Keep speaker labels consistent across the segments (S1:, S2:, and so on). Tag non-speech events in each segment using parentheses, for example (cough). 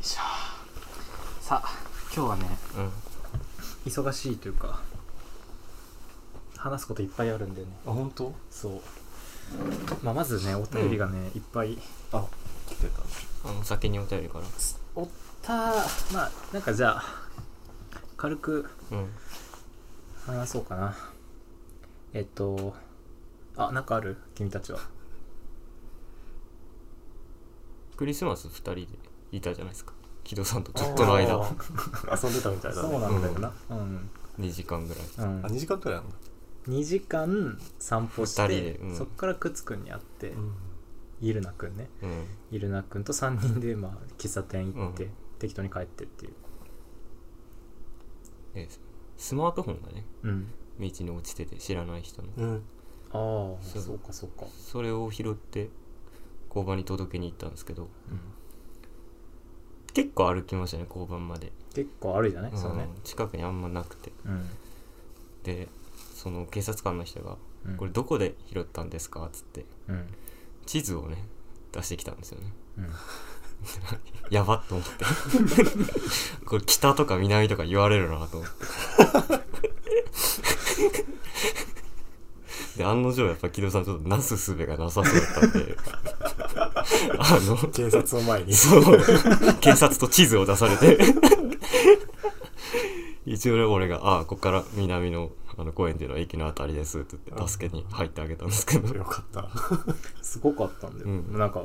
S1: しょさあ今日はね
S2: うん
S1: 忙しいというか話すこといっぱいあるんでね
S2: あ本当
S1: そう、まあ、まずねお便りがね、いっぱい
S2: あ来てたあの先にお便りから
S1: おったまあなんかじゃあ軽く
S2: うん
S1: 話そうかなえっとあなんかある君たちは
S2: クリスマス2人でいたじゃないですか木戸さんとちょっとの間
S3: あー遊んでたみたいだ
S1: そう
S3: ね
S1: なんだよなうん、
S2: 2時間ぐらい
S1: うん
S3: あ2時間くらいあるんだ、
S1: 2時間散歩して
S2: 二人でうん
S1: そっからくつくんに会って、イルナくんね
S2: うん
S1: イルナくんと3人で、まあ、喫茶店行って、
S2: うん
S1: 適当に帰ってっていう
S2: えスマートフォンがね
S1: うん
S2: 道に落ちてて知らない人の
S3: うん
S1: ああ
S2: そう
S1: そうかそうか
S2: それを拾って交番に届けに行ったんですけど
S1: うん
S2: 結構歩きましたね交番まで、
S1: 結構あるじゃない、
S2: ん
S1: そうね
S2: 近くにあんまなくて
S1: うん
S2: でその警察官の人が
S1: う
S2: 「
S1: ん
S2: これどこで拾ったんですか?」っつって (laughs)
S1: うん
S2: 地図をね出してきたんですよね
S1: うん
S2: やばっと思って (laughs) これ北とか南とか言われるなと思ってで案の定やっぱ木戸さんちょっとなすすべがなさそうだったんであの
S3: 警察を前に
S2: そう。警察と地図を出されて。一応ね、俺が、ああ、ここから南のあの公園っていうのは駅のあたりですって言って、助けに入ってあげたんですけど。
S3: よかった
S1: すごかったんだよ、
S2: うん
S1: なんかちょ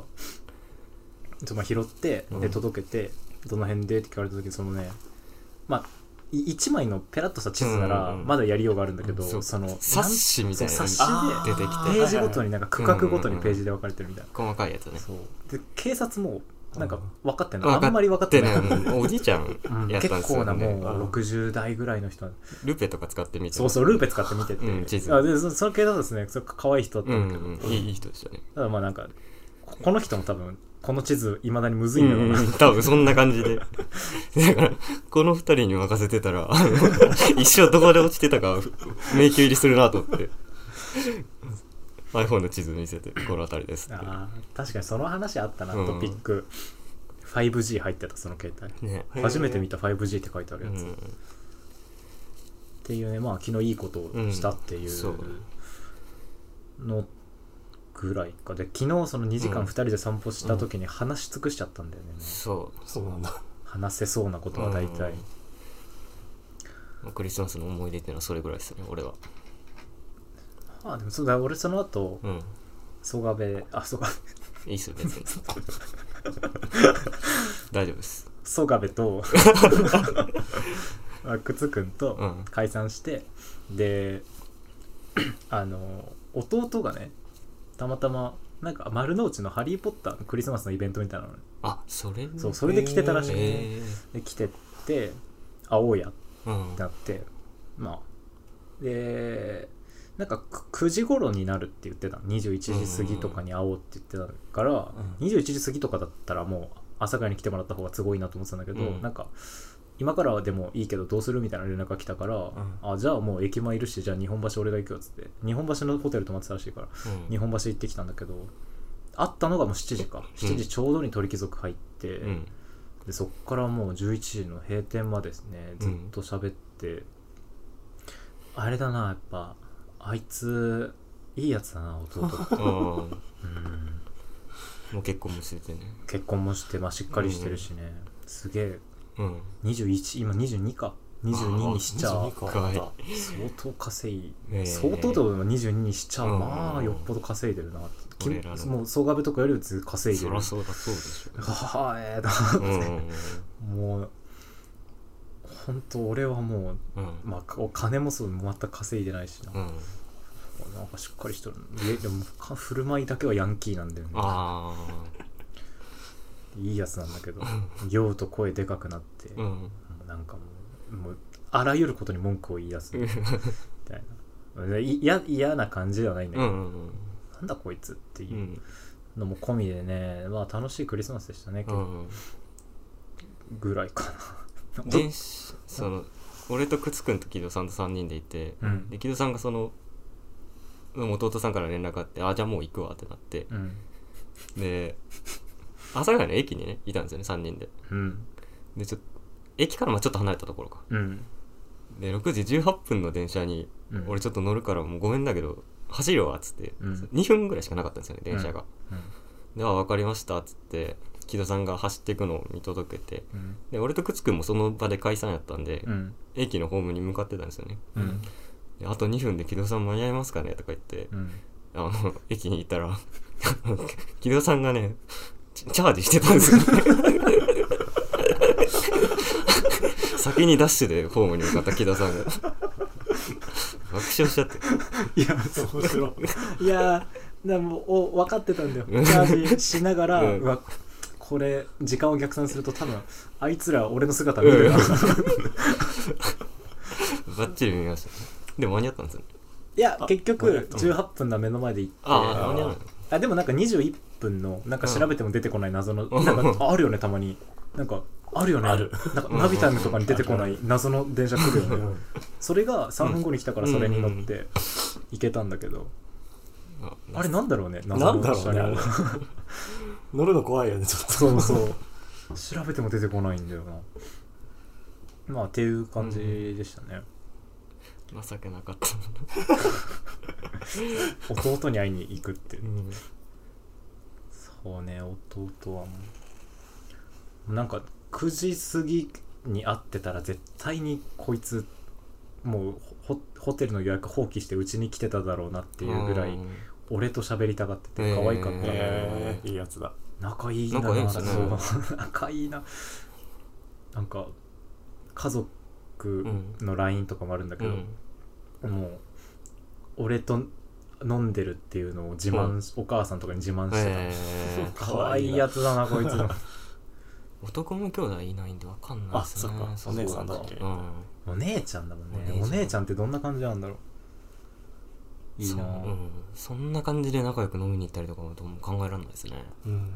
S1: っとまあ拾って
S2: う
S1: で
S2: ん
S1: 届けて、どの辺でって聞かれた時にそのねまあ1枚のペラッとした地図なら
S2: うんうん
S1: まだやりようがあるんだけど、
S2: そう
S1: その
S2: 冊子みたいなの
S1: そう
S2: に
S1: 冊
S3: 子で
S2: 出て
S3: あ
S2: き
S1: ペ
S2: て、
S1: ージごとになんか区画ごとに
S2: うんうんうん
S1: ページで分かれてるみたいな、
S2: 細かいやつね。
S1: そうで警察もなんか分かってない、
S2: 分かって
S1: あんまり分かってない、
S2: うんおじいちゃん
S1: うん
S2: やっ
S1: 結
S2: たんです
S1: 構
S2: よ
S1: なもう
S2: ね。
S3: ん
S1: 60代ぐらいの人
S2: ルペとか使ってみて。
S1: そうそうルーペ使って見てて、
S2: うん地図
S1: あでそその警察ですねそれ可愛い人だった
S2: うん
S1: だ
S2: ん
S1: けど、
S2: うん、いいいい人でしたね。
S1: ただまあなんかここの人も多分この地図いまだにむず
S2: う
S1: いんだ
S2: ん
S1: ろう
S2: う
S1: な、
S2: ん、多分そんな感じで。だから、この二人に任せてたら、 (laughs) あの一生どこで落ちてたか、迷宮入りするなと思って。iPhone の地図見せて、この辺りですっ
S1: (laughs)
S2: て。
S1: あー確かにその話あったな、
S2: うん
S1: トピック 5G 入ってたその携帯
S2: ね。
S3: へー
S1: 初めて見た 5G って書いてあ
S2: う
S1: るやつ、っ
S2: ん、
S1: ていうねまあ昨日いいことをしたってい
S2: んそう
S1: うのぐらいかで昨日その2時間2人で散歩した時に話し尽くしちゃったんだよね、
S2: そ
S3: そうなんだ
S1: 話せそうなことは大体、
S2: う。クリスマスの思い出っていうのはそれぐらいですね、俺は。
S1: あでもそうだ俺その後
S2: うん。
S1: 曽我部あ曽我部
S2: いいっすよ、別に。大丈夫です。
S1: (laughs) 曽我部
S2: (laughs)
S1: とあくつくんと
S2: うん
S1: 解散して、であの弟がねたまたまなんか丸の内の「ハリー・ポッター」のクリスマスのイベントみたいなのに、
S2: あ、それね
S1: そうそれで来てたらしくて、
S2: え
S1: で来てって会おうやっ
S2: ーうん
S1: てなってまあでなんかく9時頃になるって言ってたの21時過ぎとかに会おうって言ってたから、
S3: うん
S1: 21時過ぎとかだったらもう朝会に来てもらった方が都合いいなと思ってたんだけど、
S2: うん
S1: なんか今からはでもいいけどどうするみたいな連絡が来たから、あじゃあもう駅前いるしじゃあ日本橋俺が行くよっつって日本橋のホテル泊まってたらしいから
S2: うん
S1: 日本橋行ってきたんだけど会ったのがもう7時か7時ちょうどに鳥貴族入って、
S2: うん。
S1: でそっからもう11時の閉店までですねずっと喋って、あれだなやっぱあいついいやつだな
S2: (laughs)
S1: 弟
S2: うん。も
S1: うん
S2: う結婚もしててね。
S1: 結婚もして、まあ、しっかりしてるしね、すげえ
S2: うん。
S1: 21今22か22にしちゃ
S3: 22
S1: 相
S3: か
S2: かわいい
S1: 当稼い、
S2: ねえ
S1: 相当とも22にしちゃう、
S2: うん
S1: まあよっぽど稼いでるなき
S2: 俺らの
S1: もう総壁とかよりずっと稼いで
S2: そ
S1: る
S2: らそうだそうでしょ
S1: はあええな
S2: うんうん
S1: もう本当俺はもう
S2: うん
S1: まあ、お金もそう全く稼いでないしな,、
S2: うん
S1: なんかしっかりしてるえでもか振る舞いだけはヤンキーなんだよね
S2: あ
S1: いいやつなんだけど酔うと声でかくなって、
S2: ーうん
S1: なんかもうもうあらゆることに文句を言い出すみたいなでい嫌嫌な感じではないんだ
S2: う
S1: けど、
S2: ん
S1: なんだこいつって
S2: う
S1: いうんのも込みでね、まあ楽しいクリスマスでしたね、
S2: う
S1: 今日
S2: ん
S1: ぐらいか
S2: (laughs)
S1: など
S2: 電子その俺とくつくんと木戸さんと3人でいて
S1: うん
S2: で木戸さんがその弟さんから連絡あって「あじゃあもう行くわ」ってなって
S1: うん
S2: で阿佐ヶ谷の駅にねいたんですよね3人で
S1: うん
S2: でちょっと駅からまあちょっと離れたところか
S1: うん
S2: で6時18分の電車に
S1: うん
S2: 俺ちょっと乗るからもうごめんだけど走るわっつって、
S1: うん
S2: 2分ぐらいしかなかったんですよね電車が、では分かりましたっつって木戸さんが走っていくのを見届けて
S1: うん
S2: で俺とくつくんもその場で解散やったんで、
S1: うん
S2: 駅のホームに向かってたんですよね
S1: うん
S2: であと2分で木戸さん間に合いますかねとか言って
S1: う、ん
S2: あの駅に行ったら木戸さんがねチチャージしてたんですよね先にダッシュでホームに向かった木戸さんが爆笑しちゃって
S1: いや
S3: 面白い。
S1: いやーでもお分かってたんだよチ
S2: うん
S1: ャージしながら、
S2: うん
S1: うわこれ時間を逆算すると多分あいつら俺の姿見るな、
S2: うん
S1: い
S2: バッチリ見ましたねでも間に合ったんですよね
S1: や
S3: あ
S1: 結
S3: 間に合
S1: 局
S3: った
S1: 18分な目の前で行って
S2: ああ間
S3: ー
S2: に合わない
S1: あでもなんか21分のなんか調べても出てこない謎の、
S2: うん
S1: なんかああるよねたまになんかあるよね
S3: ある
S1: なんかナビタイムとかに出てこない謎の電車来るよねそれが3分後に来たからそれに乗って行けたんだけど、
S2: あ
S1: あれなんだろうね
S3: な
S1: 謎
S3: んだ
S1: の
S3: ろうね、あれ乗るの怖いよね、ちょっと。
S1: そうそう調べても出てこないんだよなまあっていう感じでしたね、
S2: 情けなかった
S1: 弟に会いに行くっていううんそうね弟はもうなんか9時過ぎに会ってたら絶対にこいつもうホホテルの予約放棄してうちに来てただろうなっていうぐらい
S2: ん
S1: 俺と喋りたがってて
S2: へー
S1: 可愛かったな、
S3: えーいいやつだ。
S1: 仲いいな
S2: 仲いいですね
S1: そう仲いいななんか家族の LINE とかもあるんだけ
S2: う
S1: ど、
S2: ん
S1: もう俺と飲んでるっていうのを自慢し、お母さんとかに自慢してた、
S2: えー
S1: 可愛いやつだなこいつ
S2: 男も兄弟いないんでわかんないですね
S3: あそっかお姉さんだっけ
S2: うん
S1: お姉ちゃんだもんねお
S2: お姉ちゃん
S1: 姉ちゃんってどんな感じなんだろういいな
S2: そううんそんな感じで仲良く飲みに行ったりとかもどうも考えられないですね
S3: うん。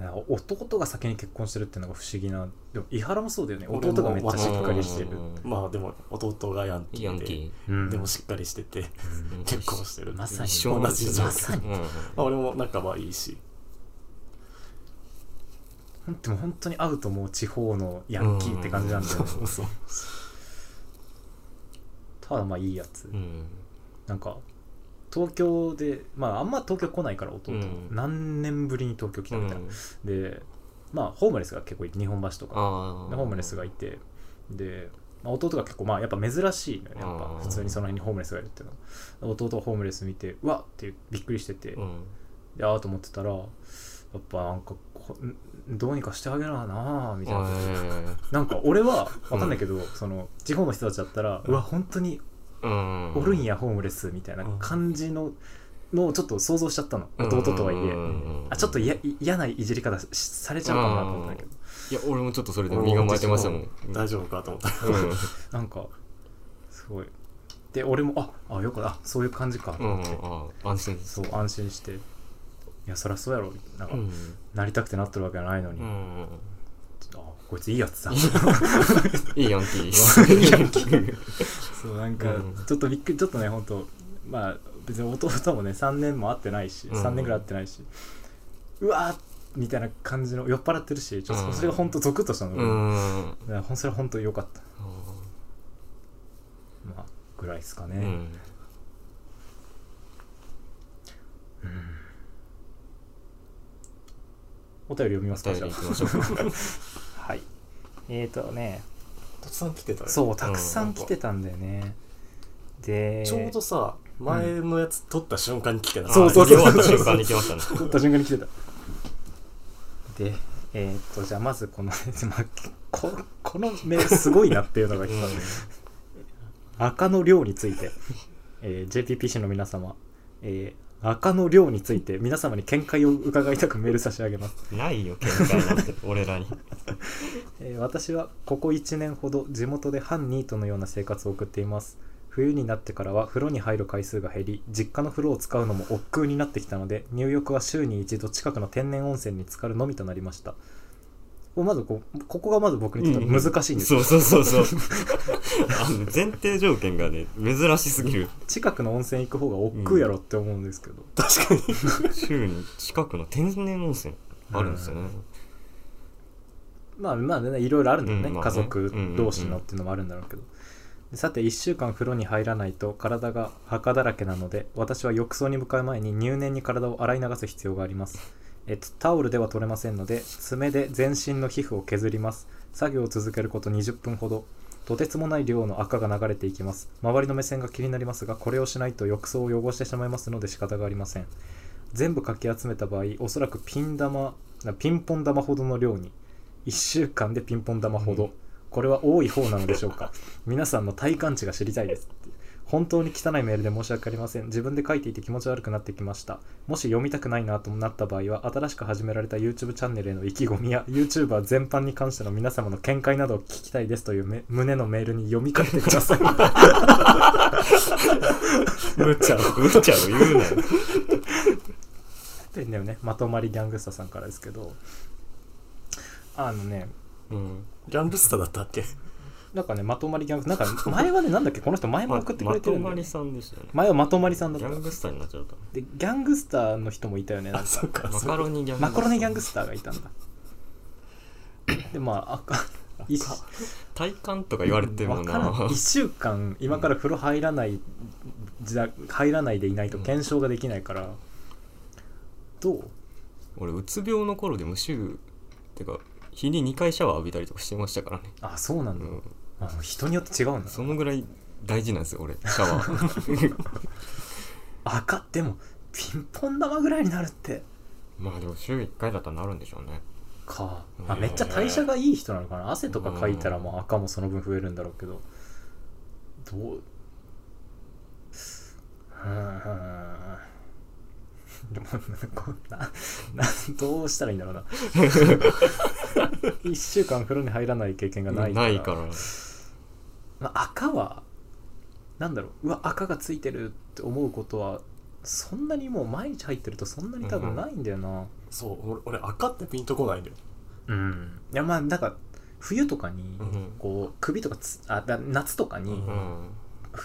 S1: ぁ弟が先に結婚してるってのが不思議なでも伊原もそうだよね
S3: 俺も
S1: 弟がめっちゃしっかりしてる
S2: うん
S3: まあでも、弟がヤンキ
S2: ヤン
S3: ー
S2: キ
S3: で、
S1: う
S2: ー
S1: ん
S3: でもしっかりしてて、
S2: うん
S3: 結婚してる。
S1: まさに
S2: 一緒
S3: 同じ状況
S1: まさに
S2: うん
S3: まあ俺も仲はいいし。
S1: ほんでも本当に会うともう地方のヤンキーって感じなんだよね
S3: そうそう。
S1: ただまあいいやつ
S2: うん
S1: なんか東京でまああんま東京来ないから弟、
S2: うん
S1: 何年ぶりに東京来たみたいな、
S2: うん
S1: でまあホームレスが結構いて日本橋とか
S2: あ
S1: でホームレスがいてで、まあ、弟が結構まあやっぱ珍しいのよねやっ
S2: あ
S1: ぱ
S2: ー
S1: 普通にその辺にホームレスがいるっていうの弟がホームレス見てうわっってびっくりしてて、
S2: うん
S1: でああと思ってたらやっぱなんかこんどうにかしてあげなあなあみたいな、なんか俺は分かんないけど、その地方の人たちだったら、うわ本当に
S2: うん
S1: おるんやホームレスみたいな感じののをちょっと想像しちゃったの弟とはいえあちょっと
S2: い
S1: いやい嫌ないいじり方しされちゃうかもなと思ったけど
S2: や俺もちょっとそれで身構えてましたもんうん
S3: 大丈夫かと思った。
S1: なんかすごいで俺もああよくあそういう感じか、
S2: うんうんあ安心です
S1: そう安心していやそりゃそうやろなんか、
S2: うん
S1: なりたくてなってるわけじゃないのに、あ
S2: うん
S1: こいついいやつだ
S2: いいヤンキ
S1: いいヤンキ
S2: ー
S1: そうなんか
S2: うん
S1: ちょっとびっくりちょっとね本当まあ別に弟もね3年も会ってないし
S2: うん
S1: 3年ぐらい会ってないし、うわーみたいな感じの酔っ払ってるしちょっ
S2: う
S1: と
S2: ん
S1: それが本当ゾクッとしたの、
S2: うん
S1: だからほんそれは本当良かったまあぐらいですか
S2: う
S1: ね、
S2: ん
S1: お便り読みます
S2: お
S1: か
S2: 便り
S1: あ
S2: いきましょうか
S1: はいえーとね
S3: たくさん来てたよ。
S1: そうたくさん来てたんだよね、で
S3: ちょうどさ、前のやつ撮った瞬間に来てた。
S1: そうそうそう
S2: あ終わった瞬間に来ましたね
S1: 撮った瞬間に来てたでえー、っとじゃあまずこの、 (laughs) ねまあ、ここのメールすごいなっていうのが来た、赤の量について、えー JPPC の皆様、えー赤の量について皆様に見解を伺いたくメール差し上げます、
S2: ないよ見解なんて俺らに
S1: えー私はここ1年ほど地元で反ニートのような生活を送っています冬になってからは風呂に入る回数が減り実家の風呂を使うのも億劫になってきたので入浴は週に一度近くの天然温泉に浸かるのみとなりましたをまずこうここがまず僕にとっては難しいんですよ、
S2: そうそうそうそう
S1: (laughs)
S2: あの前提条件がね珍しすぎる
S1: 近くの温泉行く方が億劫やろって思うんですけど、
S3: 確かに。
S2: 週に近くの天然温泉あるんですよね、
S1: まあまあねいろいろあるんだよね,、
S2: うんまあね
S1: 家族同士のっていうのもあるんだろうけど、でさて1週間風呂に入らないと体が墓だらけなので私は浴槽に向かう前に入念に体を洗い流す必要がありますえっと、タオルでは取れませんので爪で全身の皮膚を削ります作業を続けること20分ほどとてつもない量の赤が流れていきます周りの目線が気になりますがこれをしないと浴槽を汚してしまいますので仕方がありません全部かき集めた場合おそらくピン玉なピンポン玉ほどの量に1週間でピンポン玉ほど、これは多い方なのでしょうか皆さんの体感値が知りたいです本当に汚いメールで申し訳ありません自分で書いていて気持ち悪くなってきましたもし読みたくないなとなった場合は新しく始められた YouTube チャンネルへの意気込みや YouTuber 全般に関しての皆様の見解などを聞きたいですというめ胸のメールに読み替えてくだ
S2: (laughs)
S1: さい
S3: むちゃ。
S2: ぐっちゃを言うなよ
S1: ででもねまとまりギャングスタさんからですけどあのね
S2: うん
S3: ギャンブスターだったっけ
S1: なんかねまとまりギャングスなんか前はねなんだっけこの人前も送ってくれてるんだよ
S2: まとま
S1: ね
S2: りさんでしたよね
S1: 前はまとまりさんだ
S2: ギ
S1: った
S2: ャングスターになっちゃった
S1: でギャングスターの人もいたよねなん
S3: あ、
S1: か
S3: そうか。
S2: マ
S3: そう
S2: カロニギャングスター
S1: マカロニギャングスターがいたんだでまあ赤一
S2: 体感とか言われても
S1: わ
S2: な
S1: からん1週間今から風呂入らない、じゃ入らないでいないと検証ができないから、どう
S2: 俺うつ病の頃でも週てか日に2回シャワー浴びたりとかしてましたからね、
S1: あそうなん
S2: う
S1: だ、
S2: ん、
S1: あ人によって違うんだ
S2: そのぐらい大事なんですよ俺シャワー
S1: (laughs) 赤でもピンポン玉ぐらいになるって
S2: まあでも週1回だったらなるんでしょうね
S1: か
S2: うん
S1: あめっちゃ代謝がいい人なのかな汗とかかいたらもう赤もその分増えるんだろうけどどううーんでもこんななどうしたらいいんだろうな1週間風呂に入らない経験がないから
S2: から
S1: まあ、赤はなんだろううわ赤がついてるって思うことはそんなにもう毎日入ってるとそんなに多分ないんだよな、
S3: そう、俺、俺赤ってピンとこないんだよ。
S1: うん、いやまあなんか冬とかに
S2: うん
S1: こう首とかつあだ夏とかに
S2: う
S3: うん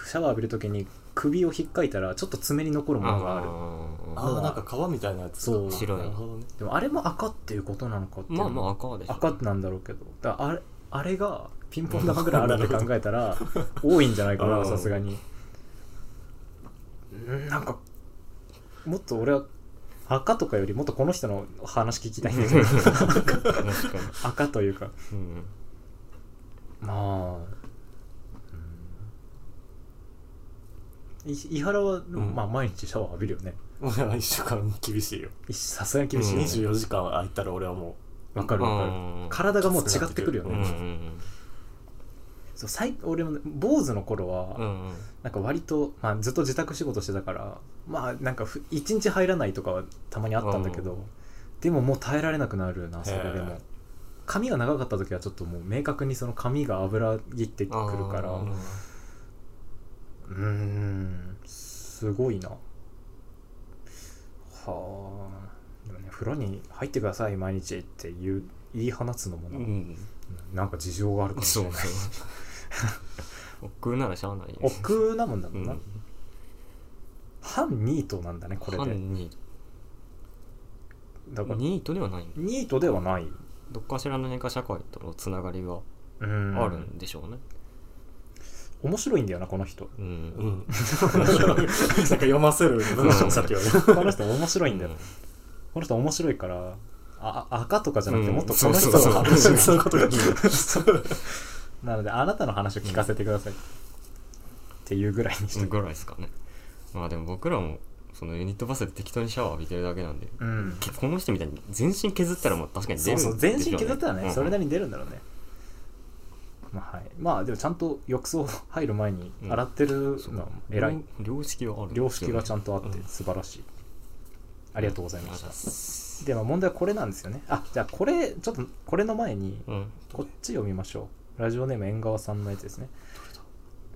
S1: シャワー浴びる時に首を引っかいたらちょっと爪に残るものがある
S2: あ
S3: ああ、なんか皮みたいなやつ。
S1: そう
S2: 白い
S3: なるほどね。
S1: でもあれも赤っていうことなのかって
S2: ー
S1: いう
S2: まあ
S1: の
S2: まあ赤でしょ
S1: 赤なんだろうけどだからあれあれがピンポン玉ぐらいあるって考えたら多いんじゃないか
S3: う
S1: なんさすがにうんなんかもっと俺は赤とかよりもっとこの人の話聞きたいんだけど
S2: (laughs) 確か
S1: 赤というか
S2: に、うん、
S1: まあ、うん、い伊原は、
S3: ん
S1: まあ、毎日シャワー浴びるよね
S3: 俺は一週間厳しいよ。
S1: いさすがに厳しいよね
S3: 24時間空いたら俺はも
S1: わ、かるわかる、
S2: うん
S1: 体がもう違ってくるよ
S2: う
S1: ね、
S2: んうん
S1: そう最俺もね坊主の頃は、
S2: うんうん
S1: なんか割と、まあ、ずっと自宅仕事してたからまあなんかふ一日入らないとかはたまにあったんだけど、
S2: うん
S1: でももう耐えられなくなるなそれで
S3: へ
S1: も
S3: え
S1: 髪が長かった時はちょっともう明確にその髪が油ぎってくるから
S2: あー
S3: う。
S1: うーんすごいなはあでもね風呂に入ってください毎日って言う言い放つのも
S2: う
S1: な,、
S2: ん
S1: なんか事情があるかもし
S2: そ
S1: れな
S2: う
S1: い
S2: そう億劫ならしゃあないね
S1: 億劫なもんだもんな、
S2: うん
S1: 反ニートなんだねこれで
S2: 半ニ
S1: だから
S2: ニートではないの
S1: ニートではない
S2: どっかしらの変化社会とのつながりが
S1: うん
S2: あるんでしょうね
S1: 面白いんだよなこの人
S2: うん、
S3: うん。
S1: (laughs)
S3: なんか読ませる文章先はね。
S1: この人面白いんだよ、
S2: うん
S1: この人面白いからああ赤とかじゃなくてもっとこの
S2: うんそ
S1: 人
S2: うそうそう
S1: の話を
S3: そういうことが
S1: そうなのであなたの話を聞かせてください、っていうぐらいにしとく
S2: ぐらいですかねまあでも僕らもそのユニットバスで適当にシャワー浴びてるだけなんで、
S1: うん
S2: けこの人みたいに全身削ったらもう確かに出
S1: そうそ
S2: る
S1: う全身削ったらね、それな
S2: り
S1: りに出るんだろうねまあはいまあでもちゃんと浴槽入る前に洗ってるのは偉い、
S2: 良識はある
S1: 良識がちゃ
S2: んと
S1: んとあって素晴らしい、ありがとうございました、
S2: す
S1: では問題はこれなんですよねあじゃあこれちょっとこれの前に
S2: うん
S1: こっち読みましょうラジオネーム縁側さんのやつですね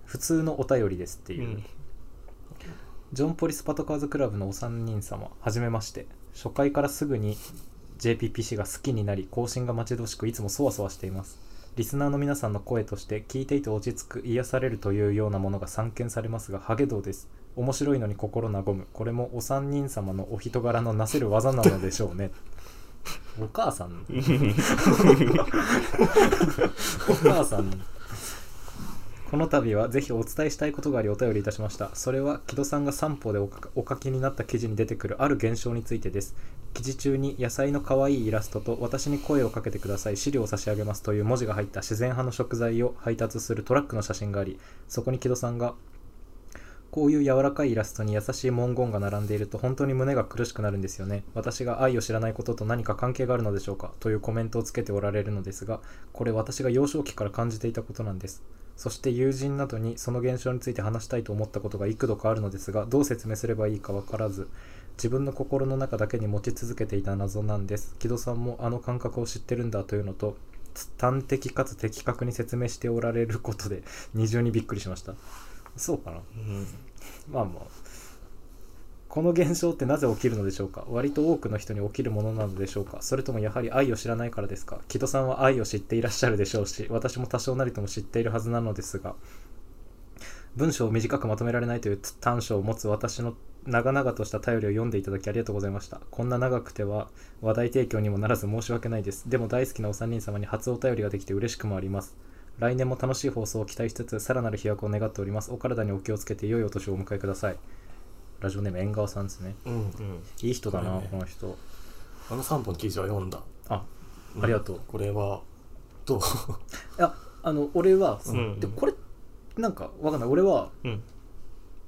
S1: 普通のお便りですっていう、
S2: うん
S1: ジョンポリスパトカーズクラブのお三人様はじめまして初回からすぐに JPPC が好きになり更新が待ち遠しくいつもそわそわしていますリスナーの皆さんの声として聞いていて落ち着く癒されるというようなものが散見されますがハゲドウです面白いのに心和むこれもお三人様のお人柄のなせる技なのでしょうねお母さんお母さんこの度はぜひお伝えしたいことがありお便りいたしましたそれは木戸さんが散歩でおかお書きになった記事に出てくるある現象についてです記事中に野菜の可愛いイラストと私に声をかけてください資料を差し上げますという文字が入った自然派の食材を配達するトラックの写真がありそこに木戸さんがこういう柔らかいイラストに優しい文言が並んでいると本当に胸が苦しくなるんですよね。私が愛を知らないことと何か関係があるのでしょうかというコメントをつけておられるのですが、これ私が幼少期から感じていたことなんです。そして友人などにその現象について話したいと思ったことが幾度かあるのですが、どう説明すればいいかわからず、自分の心の中だけに持ち続けていた謎なんです。木戸さんもあの感覚を知ってるんだというのと、端的かつ的確に説明しておられることで二重にびっくりしました。そうかな
S2: うん
S1: まあまあこの現象ってなぜ起きるのでしょうか割と多くの人に起きるものなのでしょうかそれともやはり愛を知らないからですか木戸さんは愛を知っていらっしゃるでしょうし私も多少なりとも知っているはずなのですが文章を短くまとめられないという短所を持つ私の長々とした頼りを読んでいただきありがとうございましたこんな長くては話題提供にもならず申し訳ないですでも大好きなお三人様に初お便りができて嬉しくもあります来年も楽しい放送を期待しつつさらなる飛躍を願っておりますお体にお気をつけて良いお年をお迎えくださいラジオネーム縁側さんですね
S3: うん
S2: うん
S1: いい人だな
S3: こ
S1: こ,、
S3: れね
S1: の人
S3: あの3本記事は読んだ
S1: あ
S3: うん
S1: ありがとう、い
S3: これは
S1: (laughs)
S3: どう
S1: やあの俺は、
S2: うん
S1: でこれなんかわかんない俺は
S2: うん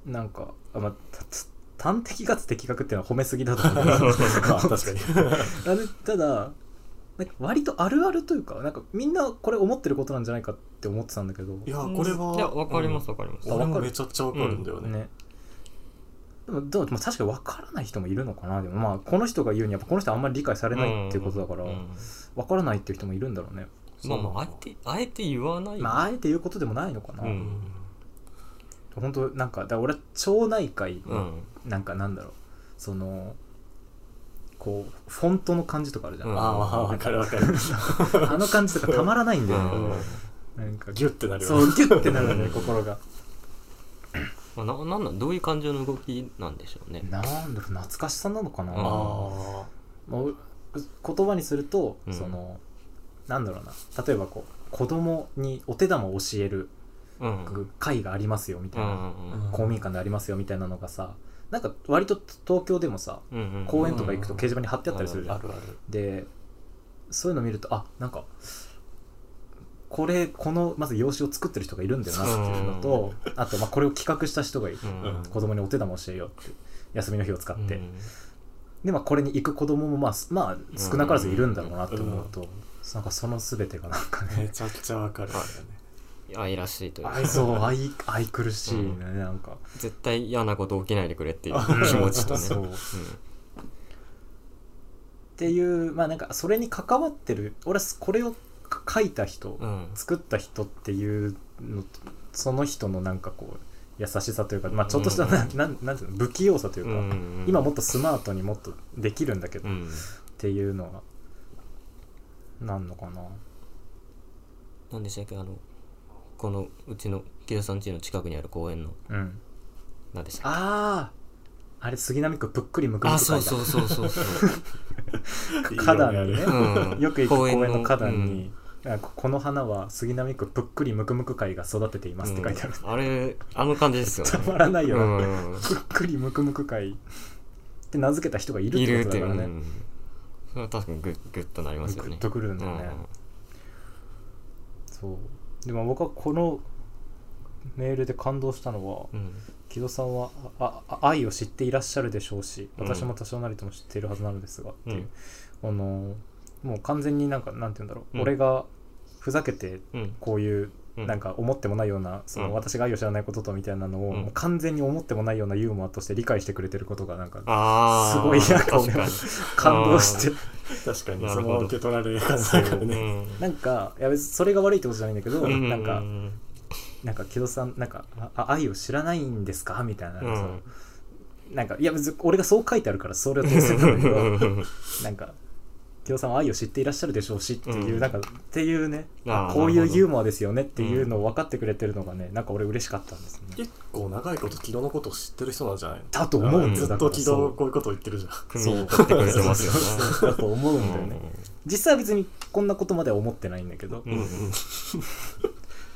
S1: なんかあ、まあ、たつ端的かつ的確っていうのは褒めすぎだと思う
S3: (laughs) まあ確かに
S1: あのただなんか割とあるあるというかなんかみんなこれ思ってることなんじゃないかって思ってたんだけど
S3: いやこれはい
S2: やわかりますわかります
S3: 俺もめちゃくちゃわかるんだよね、
S1: ねでもどうでも確かに分からない人もいるのかなでもまあこの人が言うにやっぱこの人あんまり理解されないっていうことだから
S2: うんうん
S1: 分からないっていう人もいるんだろうね
S2: まあまああえてあえて言わない
S1: まああえて言うことでもないのかな、
S2: う
S3: うん
S1: 本当なんかだから俺は町内会
S2: う
S1: の
S2: ん
S1: なんかなんだろうそのこうフォントの感じとかあるじゃん、
S2: うん
S3: ああわかるわかる
S1: あの感じとかたまらないんだよね、なんか
S3: ギュッてなるよ
S1: そ
S3: ね
S1: うギュッてなるのね心が
S2: まあななんなんどういう感情の動きなんでしょうね
S1: なんだろう懐かしさなのかな、
S2: うん
S3: あ
S1: まあう言葉にすると、
S2: うん
S1: そのなんだろうな例えばこう子供にお手玉を教える
S2: うん
S1: 会がありますよみ
S2: う
S1: たいな、
S2: んうん
S3: うん
S1: 公民館でありますよみたいなのがさなんか割と東京でもさ
S2: うんうん
S1: 公園とか行くと掲示板に貼ってあったりするじ
S3: あ
S1: ゃん、
S3: あるある
S1: でそういうの見るとあなんかこれこのまず用紙を作ってる人がいるんだよなっていうのと、あとまあこれを企画した人がいる、
S2: うん
S3: うん
S1: 子供にお手玉を教えようって休みの日を使って、
S2: うん
S1: でまあこれに行く子供もまあ、すまあ、少なからずいるんだろうなって思うと、なんかその全てがなんかね
S3: めちゃくちゃわかるんだよね
S2: 愛らしいというか
S1: 愛そう愛愛くるしいね、なんか
S2: 絶対嫌なこと起きないでくれっていう気持ちとね
S1: そうっていうまあなんかそれに関わってる俺はこれを書いた人、
S2: うんうん
S1: 作った人っていうのとその人のなんかこう優しさというか、まあ、ちょっとしたな,、、
S2: うん
S1: なんなんていうの不器用さというか、
S2: うんうん
S1: 今もっとスマートにもっとできるんだけど、
S2: う
S1: っ
S2: ん
S1: ていうのはなんのかな
S2: なんでしたっけあのこのうちの木田さん家の近くにある公園の
S1: うん
S2: 何でしたっ
S1: あああれ杉並区ぷっくりむく
S2: け
S1: み
S2: あ
S1: とか
S2: そうそうそうそうそう
S1: 花壇にね、
S2: うん
S1: よく行く公園の花壇に、あここの花は杉並区ぷっくりむくむく会が育てていますって書いてある、
S2: うんあれあの感じですよ
S1: (laughs)
S2: ね
S1: たまらないよ
S2: う
S1: な、
S2: ん
S1: ぷっくりむくむく会って名付けた人がいるっ
S2: いる
S1: て
S2: っ
S1: こと
S2: てい
S1: だ
S2: う
S1: からね、
S2: うんそれは確かにグッグッとなりますよ
S1: グ
S2: ね
S1: ッとくるんだよね、そうでも僕はこのメールで感動したのは、
S2: うんうん
S1: 木戸さんはあああ愛を知っていらっしゃるでしょうし
S2: うん
S1: 私も多少なりとも知っているはずなのですが、っていう
S2: うん
S1: あのもう完全になんかなんて言うんだろう、
S2: うん
S1: 俺がふざけて
S2: うん
S1: こういう
S2: うん
S1: なんか思ってもないような、その
S2: うん
S1: 私が愛を知らないこととみたいなのを、
S2: うん
S1: もう完全に思ってもないようなユーモアとして理解してくれてることがなんか
S2: ああ
S1: すごいなんか俺は感動して
S3: 確かに
S2: な
S3: そ
S2: るほど
S3: のまま受け取られる感じだから
S1: (laughs)
S3: ね
S1: なんかいや別にそれが悪いってことじゃないんだけど、なんかなんか木戸さんなんかああ愛を知らないんですかみたいな、その (laughs) なんかいや別に俺がそう書いてあるからそれを訂正なんだけどなんかキヨさんは愛を知っていらっしゃるでしょうしっていう、
S2: うん
S1: なんかっていうね
S2: (laughs) あー
S1: こうい
S2: な
S1: う
S2: るほど
S1: ユーモアですよねっていうのを分かってくれてるのがねなんか俺嬉しかったんですね。
S3: 結構長いこと木戸のことを知ってる人なんじゃないの
S1: だと思うんです
S3: ず
S1: だ
S3: っ
S1: から
S3: と木戸こういうことを言ってるじゃん
S2: 組み立ってくれてますよね
S1: そうだと思うんだよ
S2: うん
S1: ね。実際は別にこんなことまでは思ってないんだけど、
S2: うんうん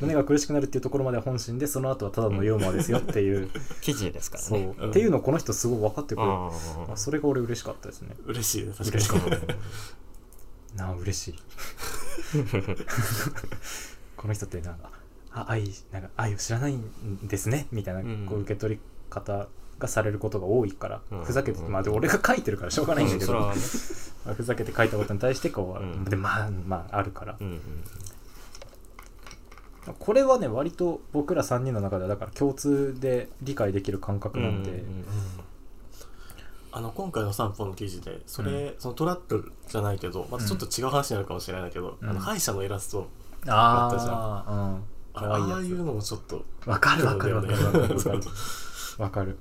S1: 胸が苦しくなるっていうところまでは本心でその後はただのユーモアですよっていう、
S2: 記事ですから
S1: そう
S2: ね
S1: っていうのをこの人すごい分かってくれる、
S2: あ
S1: あそれが俺嬉しかったですね
S3: 嬉しいね確
S1: 嬉
S3: かに
S1: しかったなあ嬉し
S2: (laughs)
S1: いこの人ってなんかあ愛なんか愛を知らないんですねみたいな
S2: うん
S1: こう受け取り方がされることが多いから、
S2: うん
S1: ふざけて、まあ、で俺が書いてるからしょうがないんだけど、
S2: うんそれはね
S1: まあふざけて書いたことに対してこう、
S2: うん
S1: でまあまああるから
S2: う、んうん
S1: これはね割と僕ら3人の中ではだから共通で理解できる感覚なんで、
S2: うんうん
S3: あの今回の散歩の記事でそれ、そのトラップじゃないけどまたちょっと違う話になるかもしれないけど、
S1: うん
S3: あの歯医者のイラスト
S1: あ
S3: あったじ
S1: あ、うん、
S3: あれ
S1: 可愛い
S3: ああ
S1: や
S3: いう
S1: つ
S3: のもちょっと
S1: わかるわかるわかるわかるわか
S3: そうだよ
S1: る
S3: ね
S1: わかる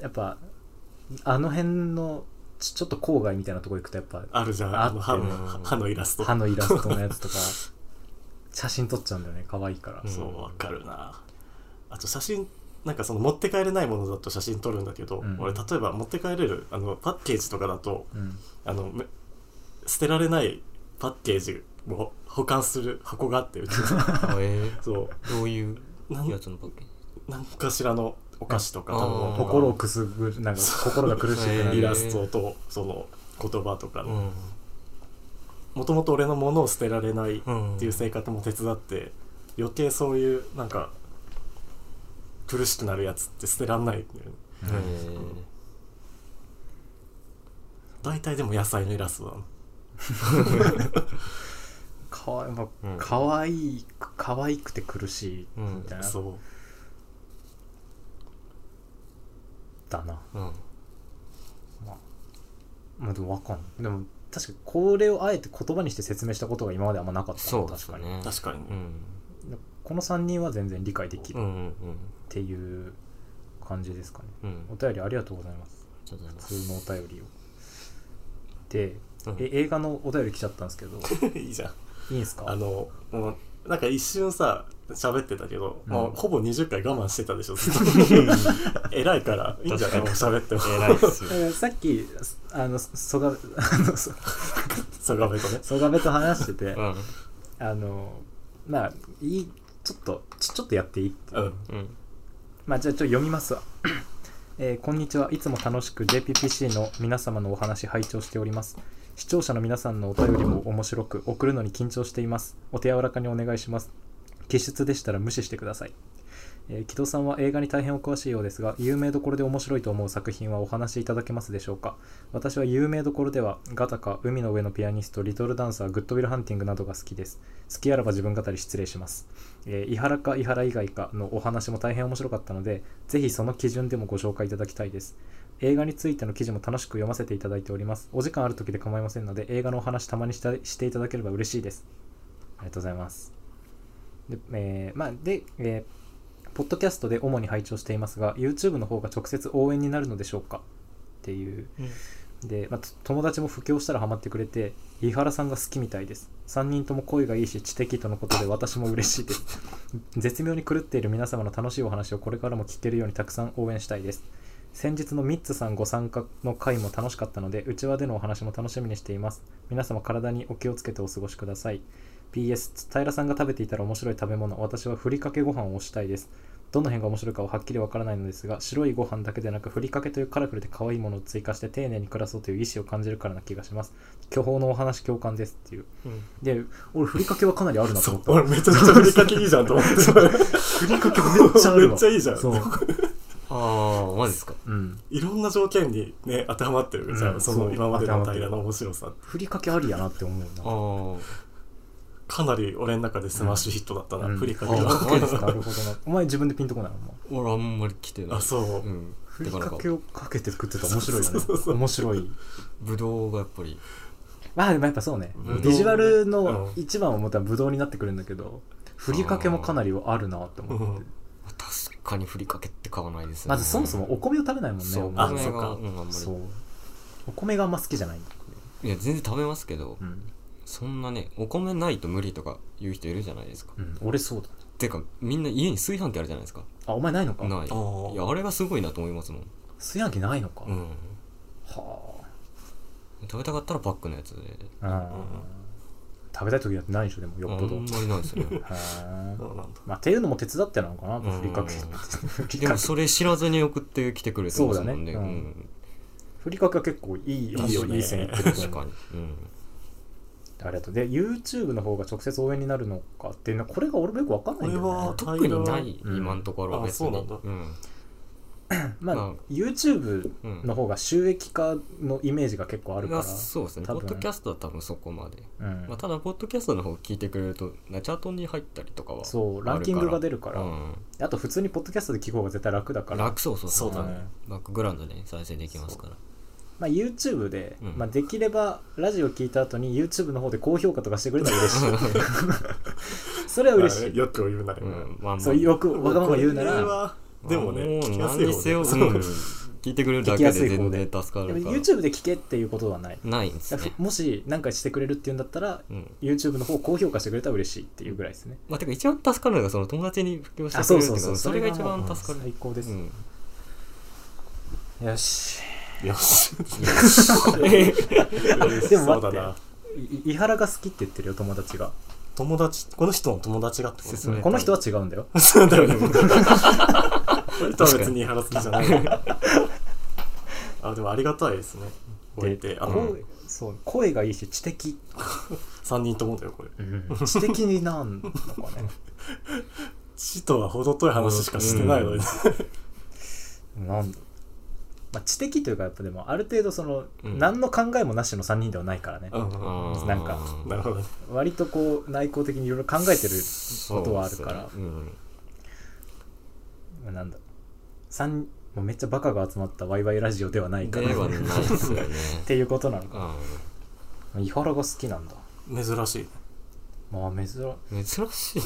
S1: やっぱあの辺のちちょっと郊外みたいなとこ行くとやっぱ
S3: あるじゃん
S1: あ
S3: あの歯
S2: う
S3: の
S2: ん
S3: 歯のイラスト
S1: 歯のイラストのやつとか写真撮っちゃうんだよね可愛いから、
S2: うん
S3: そうわかるなあと写真なんかその持って帰れないものだと写真撮るんだけど、
S1: うん
S3: 俺例えば持って帰れるあのパッケージとかだと
S1: うん
S3: あのめ捨てられないパッケージを保管する箱があってう
S2: (laughs)
S3: ちに
S2: あえ
S3: そ
S2: ーどういう
S3: うなん
S2: やつのパッケージ
S3: なんかしらのお菓子とか
S2: あ
S3: 食べ物とか
S1: 心をくすぐなんか心が苦しくな
S2: えー
S3: イ
S1: る
S3: ラストとその言葉とか
S2: うん
S3: もともと俺のものを捨てられないっ
S2: うん
S3: ていう生活も手伝って余計そういうなんか苦しくなるやつって捨てらんないんだよね
S2: へー
S3: 大体でも野菜のイラストだな
S1: かわいまあ
S2: うん
S1: 可愛い可愛くて苦しいみたいな、
S3: そう
S1: だな
S2: うん
S1: まあでもわかんないでも確かにこれをあえて言葉にして説明したことが今まであんまなかったな
S2: そうで
S1: 確
S2: す
S1: かに
S2: ね
S3: 確かに、
S2: うん
S1: この3人は全然理解でき
S2: う
S1: る
S2: ん
S1: っ
S2: うん
S1: ていう感じですかね、
S2: うんうん
S1: お便りありがとうございます
S2: ありがとうございま
S1: 普
S2: す
S1: 通のお便りをで、
S2: うん
S1: え映画のお便り来ちゃったんです
S2: (laughs)
S1: けど
S3: (laughs) いいじゃん
S1: いいんすか
S3: あのもうなんか一瞬さ喋ってたけど、
S1: うん
S3: もうほぼ20回我慢してたでしょずっと偉いからいいんじゃないもう喋っても
S2: 偉いっすよ
S1: えーさっきすあのそがあのそ
S3: (laughs) そがめとね
S1: そがべと話してて
S2: (laughs) うん
S1: あのまあいいちょっとちちょっとやっていいって
S3: うん
S2: うん
S1: まあじゃあちょっと読みますわ。 (coughs) えーこんにちは。いつも楽しく JPPC の皆様のお話拝聴しております。視聴者の皆さんのお便りも面白く、送るのに緊張しています。お手柔らかにお願いします。気質でしたら無視してください。えー木戸さんは映画に大変お詳しいようですが、有名どころで面白いと思う作品はお話しいただけますでしょうか私は有名どころでは、ガタカ、海の上のピアニスト、リトルダンサー、グッドウィルハンティングなどが好きです。好きあらば自分語り失礼します。えー、伊原か伊原以外かのお話も大変面白かったので、ぜひその基準でもご紹介いただきたいです。映画についての記事も楽しく読ませていただいております。お時間ある時で構いませんので、映画のお話たまにしたしていただければ嬉しいです。ありがとうございます。で、えーまあ、で、えーポッドキャストで主に拝聴していますが、YouTube の方が直接応援になるのでしょうかっていうで、まあ、と友達も布教したらハマってくれて伊原さんが好きみたいです3人とも声がいいし知的とのことで私も嬉しいです絶妙に狂っている皆様の楽しいお話をこれからも聞けるようにたくさん応援したいです先日のミッツさんご参加の回も楽しかったのでうちわでのお話も楽しみにしています皆様体にお気をつけてお過ごしください PS 平さんが食べていたら面白い食べ物私はふりかけご飯を推したいですどの辺が面白いかははっきりわからないのですが白いご飯だけでなくふりかけというカラフルで可愛いものを追加して丁寧に暮らそうという意思を感じるからな気がします巨峰のお話共感ですっていう
S2: うん
S1: で俺ふりかけはかなりあるなと
S3: そ
S1: 思っ
S3: う (laughs)
S1: た
S3: 俺めちゃくちゃふりかけいいじゃんと思って
S1: ふりかけめっちゃあるわ
S3: めっちゃいいじゃん
S1: そう、
S2: ああマジですか
S1: うん、
S3: いろんな条件にね当てはまってるじゃん、
S1: うん
S3: その今まで
S1: そう
S3: の
S1: 当てはまってる
S3: 平の面白さ
S1: ふりかけありやなって思う
S2: あ
S1: な
S2: あ
S3: かなり俺の中でスマッシュヒットだったな、
S1: うん
S3: ふりかけ
S1: ふり
S2: あ
S3: は
S1: かけですかなるほどなお前自分でピンとこないお前
S2: 俺あんまり来てない
S3: (laughs) あそうう、
S2: ん
S1: ふ
S2: だ
S1: り
S2: から
S1: か
S2: か
S1: けをかけて食ってたら面白いよね
S3: そうそうそう
S1: 面白い
S2: ぶどうがやっぱり
S1: まあでもやっぱそうね
S3: ぶどう
S1: ビジュアルの
S3: うん
S1: 一番を思ったらブドウになってくるんだけどふりかけもかなりあるなって思って
S3: うん
S2: 確かにふりかけって買わないですね
S1: まずそもそもお米を食べないもんね
S2: そう
S1: お前
S3: あ
S1: は
S2: お米
S3: そう
S2: が
S3: か
S2: うんあんまり
S1: そうお米があんま好きじゃないんだ
S2: いや全然食べますけど、
S1: うん、
S2: そんなねお米ないと無理とか言う人いるじゃないですか、
S1: うん、俺そうだ
S2: てかみんな家に炊飯器あるじゃないですか
S1: あお前ないのか
S2: ない
S3: ー
S2: いやあれがすごいなと思いますもん、
S1: 炊飯器ないのか、
S2: うん、
S1: は
S2: 食べたかったらパックのやつで
S1: あ、うん
S3: うん
S1: 食べたい時だってないでしょでもよっぽど
S2: あんまりないですね (laughs)
S1: へー
S3: そうなんだ
S1: まあっていうのも手伝ってなのかな
S2: うん
S1: ふりかけ
S2: でもそれ知らずに送ってきてくれてますもん
S1: そ
S2: ね
S1: うだねふりかけは結構いい
S3: よね
S1: いい線いって
S2: うん
S1: ると
S2: 確
S1: 思
S2: か
S1: う
S2: に、うん、
S1: ありがとうで YouTube の方が直接応援になるのかっていうのはこれが俺もよくわかんないんだよ、ね、
S3: これは
S2: 特にない、
S1: うん
S2: 今のところは別に
S3: あそうなんだ
S2: うん
S1: まあ、
S2: まあ
S1: YouTube の方が収益化のイメージが結構あるから、
S2: まあそうですね
S1: 多
S2: ポ
S1: 分
S2: ッドキャストは多分そこまで、
S1: うん
S2: まあ、ただポッドキャストの方を聞いてくれるとなチャートに入ったりとかは
S1: そうランキングが出るから、
S2: うん、
S1: あと普通にポッドキャストで聞く方が絶対楽だから
S2: 楽そうそう
S3: そうだね
S2: バックグラウンドで再生できますから
S1: まあ、YouTube で、
S2: うん
S1: まあ、できればラジオ聞いた後に YouTube の方で高評価とかしてくれたら嬉し
S2: (laughs)
S1: いそれは嬉しい
S3: よく言うなら、
S2: うんまあまあ
S1: そうよくわがまま言うな
S3: これ
S1: ら
S3: はでもね
S2: もう
S3: 聞きやす
S2: 何
S3: い
S2: に
S3: 方
S2: せよ、うん
S3: で
S2: 聞いてくれるだけで全然助か
S1: で
S2: る
S1: も
S2: から。
S1: YouTube で聞けっていうことはない
S2: ないんです
S1: だから
S2: ね。
S1: もし何かしてくれるっていうんだったら
S2: うん。
S1: YouTube の方高評価してくれたら嬉しいっていうぐらいですね
S2: まあ、てか一番助かるのがその友達に布教して
S1: あ
S2: く
S1: そ
S2: れ
S1: う
S2: るって
S1: そ
S2: いう
S1: そ
S2: うか、
S1: う
S2: それが一
S1: は
S2: 番
S1: もう
S2: 助かる。
S1: 最高です、
S2: うん。
S1: よし
S3: よし
S1: でも
S3: そ
S1: 待っ
S3: うだ
S1: て
S3: ない
S1: 伊原が好きって言ってるよ友達が
S3: 友達この人の友達がってこと
S2: それ
S1: この人は違うんだよ
S3: そうだよね。俺とは別に話す気じゃない。あでもありがたいですね。こうやって、あ
S1: こう
S3: の、
S1: そう声がいいし知的、
S3: 3人ともだよ、これ。
S1: 知的になんのかね
S3: 死とは程遠い話しかしてないのに。
S1: なんだまあ、知的というかやっぱでもある程度その、
S2: うん
S1: 何の考えもなしの3人ではないからね、
S3: うん
S2: あ (laughs) ー
S1: なんか
S3: なるほどね。
S1: 割とこう内向的にいろいろ考えてることはあるから
S2: そうですねうん
S1: なんだ三もうめっちゃバカが集まったワイワイラジオではないか
S2: で
S1: ら
S2: は
S1: っ
S2: ないですよね。
S1: ていうことなのか
S2: う
S1: 伊原が好きなんだ
S3: 珍しい。
S1: まあ珍し
S2: ん珍しい。
S1: い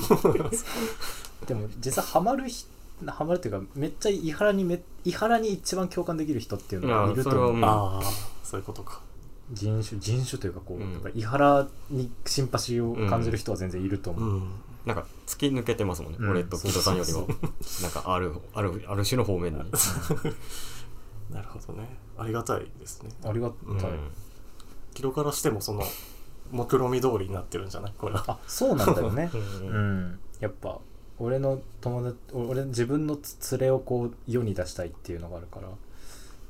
S1: でも実はハマる人ハマるっていうかめっちゃ伊原にめ伊原に一番共感できる人っていうのがいると
S2: いやそれは
S1: 思う
S2: もうん
S3: ああ、そういうことか。
S1: 人種人種というかこう、
S2: うん
S1: やっぱ伊原にシンパシーを感じる人は全然いると思
S3: う
S1: う、
S3: ん。
S2: なんか突き抜けてますもんね。
S1: うん
S2: 俺と木戸さんより
S1: そう
S2: も。なんかある、ある、ある種の方面に。
S3: なるほどね。ありがたいですね。
S1: ありが
S2: うん
S1: たい、
S3: 記録からしても、その、目論見通りになってるんじゃないこれは。
S1: あそうなんだよ
S2: (laughs)
S1: ね
S2: うん
S1: うん、やっぱ俺の友達お俺自分のつ連れをこう世に出したいっていうのがあるから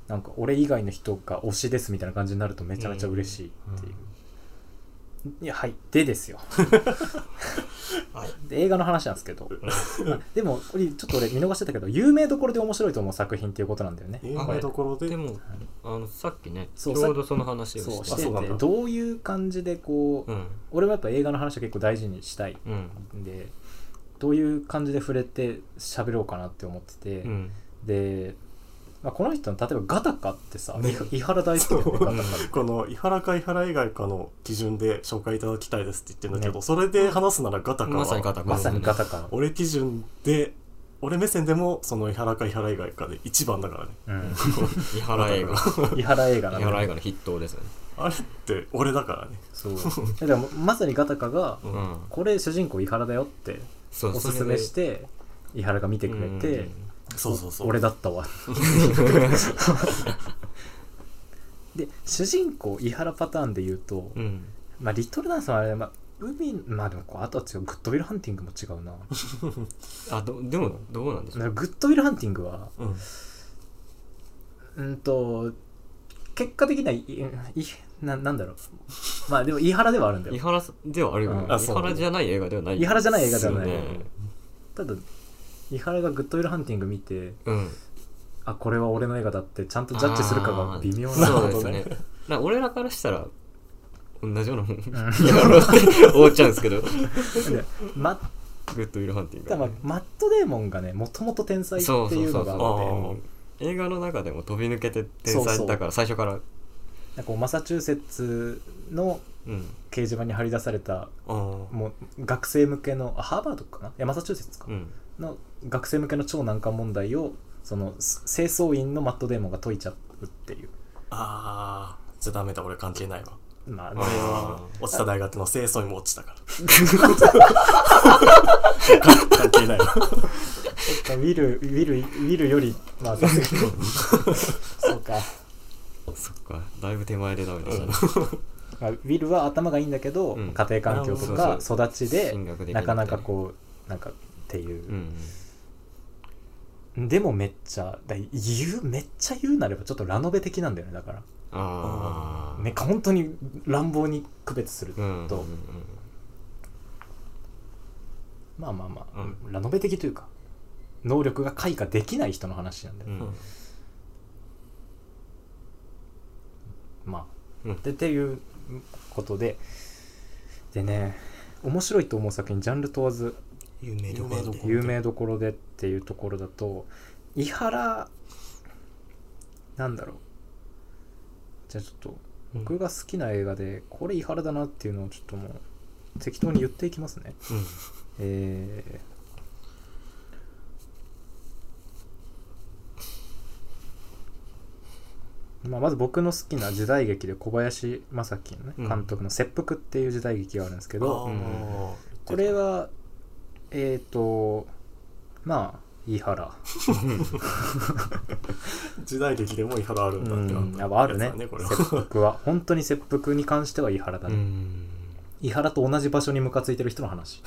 S1: なんか俺以外の人が推しですみたいな感じになるとめちゃめちゃ嬉しいっていう、いやはいでですよ
S2: はい
S1: で映画の話なんですけどあでもこれちょっと俺見逃してたけど有名どころで面白いと思う作品っていうことなんだよね
S3: 有名どころで
S2: で、も、あの、さっきね、ち
S1: そ
S2: ょ
S1: う
S2: うどその話を
S1: そう
S2: し
S1: してて
S3: そうなん
S1: て
S3: だ
S1: どういう感じでこう、
S2: うん。
S1: 俺もやっぱ映画の話は結構大事にしたい
S2: うん。
S1: でどういう感じで触れて喋ろうかなって思ってて、
S2: うん。 (laughs)
S1: で、まあ、この人の例えばガタカってさ、
S3: ね
S1: い伊原大好きだよねガタカ
S3: この伊原か伊原以外かの基準で紹介いただきたいですって言ってるんだけど、それで話すならガタカは
S2: まさにガタカ
S1: まさにガタカ、
S3: 俺基準で俺目線でもその伊原か伊原以外かで一番だからね
S1: うん、
S2: 伊原
S1: (laughs)
S2: 映画。
S1: 伊原映画なん
S2: 伊
S1: だ
S2: 原映
S1: よ
S2: 画の筆頭ですよね。
S3: あれって俺だからね
S1: そうだからまさにガタカが
S2: う
S3: うん
S2: ん。
S1: これ主人公伊原だよって
S2: そう
S1: おすすめして伊原が見てくれて、
S3: そうそうそう
S1: 俺だったわで主人公伊原パターンで言うと、
S2: うん。 (laughs)
S1: まあリトルダンスはあれ、まあ、海まあでもこうあとは違うグッドウィルハンティングも違うな
S2: あ、ど、でも、どうなんでしょう。
S1: グッドウィルハンティングは
S3: うん
S1: うんと結果的にはいいななんだろうまあでも伊原ではあるんだ
S2: 伊
S1: よ
S2: 原ではあるよね。
S1: うん
S3: あ
S2: 伊
S3: そう
S2: 原じゃない映画ではない。
S1: 伊原じゃない映画ではない
S2: ですよね
S1: ただ伊原がグッドウィルハンティング見て
S2: うん。
S1: あこれは俺の映画だってちゃんとジャッジするかが微妙
S2: あー
S1: な
S2: そう
S3: る
S2: で
S3: ほ
S2: す
S3: ど
S2: ね
S3: ね。
S2: な俺らからしたら、同じような (laughs) も
S1: う
S2: ん。伊
S1: ん
S2: 原って (laughs) 思っちゃうんですけど。グ
S1: でま
S2: ッドウィルハンティング
S1: た
S2: は
S1: だ
S2: ね。
S1: マットデーモンがねもともと天才って
S2: そうそ
S1: いうう
S2: そ
S1: の
S2: う
S1: が
S3: そう
S1: あっ
S3: そ
S1: て
S3: う
S2: そう。映画の中でも飛び抜けて天才だから、最初から。
S1: なんかこうマサチューセッツの
S2: うん。
S1: 掲示板に張り出された
S3: うん
S1: もう学生向けのあハーバードかないやマサチューセッツか、
S2: うん。
S1: の学生向けの超難関問題をそのす清掃員のマットデーモンが解いちゃうっていう
S3: ああじゃあダメだ俺関係ないわ
S1: まあね
S3: 俺
S2: あ
S3: は落ちた大学の清掃にも落ちたから関係ないわ
S1: ウィルウィルウィルよりまあさすがにそうか、
S2: そっかだいぶ手前でダメでしたね
S1: まあ、ウィルは頭がいいんだけど、
S2: うん
S1: 家庭環境と
S2: な
S1: か
S2: るほ
S1: 育ちで
S2: 進学でき
S1: な
S2: な
S1: か
S2: か
S1: なかこうなんかっていう
S2: う、ん
S1: でもめっちゃだ言うめっちゃ言うなればちょっとラノベ的なんだよねだから
S2: ああ
S1: ね本当に乱暴に区別すると、
S2: うんうん
S1: まあまあまあ、
S2: う
S1: ラノベ的というか能力が開花できない人の話なんで、
S2: うんうん
S1: まあ、
S2: うん
S1: でっていうことででね面白いと思う作品ジャンル問わず
S3: 有名
S2: どころで
S1: 有名どころでっていうところだと伊原なんだろうじゃあちょっと僕が好きな映画でこれ伊原だなっていうのをちょっともう適当に言っていきますね
S2: うん
S1: えーまあ、まず僕の好きな時代劇で小林正樹のね
S2: うん
S1: 監督の「切腹」っていう時代劇があるんですけど、
S2: うん
S1: これはえっ、とまあ飯原
S3: 時代劇でも伊原あるんだって
S1: うん、
S3: な
S1: や
S3: っ
S1: ったぱあるね
S3: やつだこれは
S1: 切腹は本当に切腹に関しては飯原だ
S2: う
S1: ね、
S2: ん
S1: 伊原と同じ場所にムカついてる人の話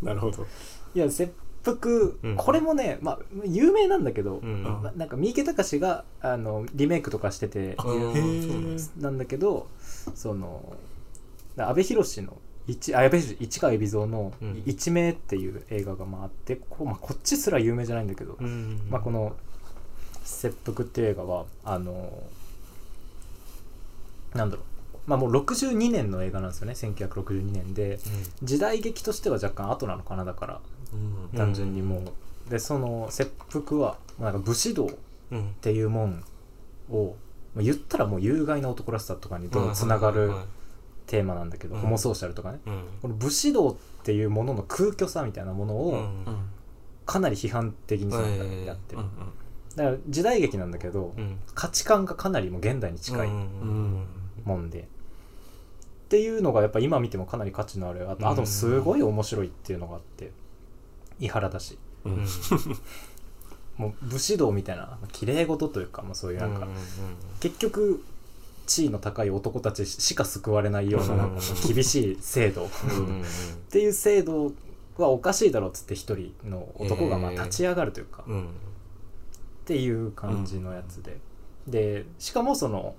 S3: なるほど
S1: いや切腹、
S2: うん
S1: これもねまあ有名なんだけど、
S2: うん
S3: あ
S1: まなんか三池隆があのリメイクとかしてて
S2: あうん
S3: へえ
S2: そうなんで
S1: なんだけどそのだ阿部寛の一あ阿部寛市川海老蔵の
S2: う
S1: 「
S2: ん
S1: 一命」っていう映画がまああってこ,、まあ、こっちすら有名じゃないんだけど、
S2: うん
S1: まあ、この「切腹」っていう映画はあのなんだろうまあもう62年の映画なんですよね1962年で時代劇としては若干後なのかなだから
S3: うん
S1: 単純にもう、でその切腹はまあなんか武士道
S2: うんうん
S1: っていうもんをまあ言ったらもう有害な男らしさとかにどうつながるテーマなんだけど、
S2: うん
S1: ホモソーシャルとかね
S2: うん
S1: この武士道っていうものの空虚さみたいなもの
S2: う
S1: を
S2: ん
S3: うん
S1: かなり批判的にその中でやって
S3: う
S1: る
S3: ん
S1: だから時代劇なんだけど
S2: うん
S1: 価値観がかなりもう現代に近い
S2: うん
S3: うん
S1: もんでっていうのがやっぱ今見てもかなり価値のあるあとあとすごい面白いっていうのがあって伊原だし
S3: うん
S2: うん
S1: もう武士道みたいな綺麗事というかもうそういうなんか
S2: うん
S1: 結局地位の高い男たちしか救われないようななんか
S2: う
S1: 厳しい制度っ
S2: うんうんうん
S1: ていう制度はおかしいだろうっつって一人の男がまあ
S2: えー
S1: 立ち上がるというか、
S2: うんうん
S1: っていう感じのやつで、でしかもその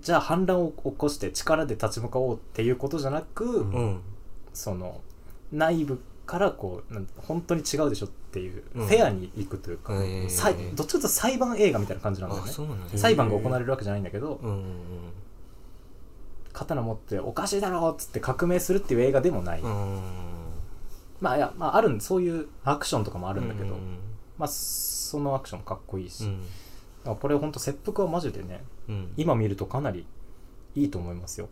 S1: じゃあ反乱を起こして力で立ち向かおうっていうことじゃなく、
S3: ん
S2: うん
S1: その内部からこうなん本当に違うでしょっていう、
S2: うん
S1: フェアにいくというか、
S2: えー
S1: さいどっちかというと裁判映画みたいな感じなんだよ
S2: あ
S1: ね
S2: そうなんだ
S3: へー
S1: 裁判が行われるわけじゃないんだけど、
S2: うんうん
S1: 刀持っておかしいだろっつって革命するっていう映画でもない、
S2: うん
S1: まあいやまああるんそういうアクションとかもあ
S2: あ
S1: るんだけど、
S2: うん
S1: まあそのアクションかっこいいし、
S2: うん
S1: だからこれほんと切腹はマジでね
S2: うん
S1: 今見るとかなりいいと思いますよ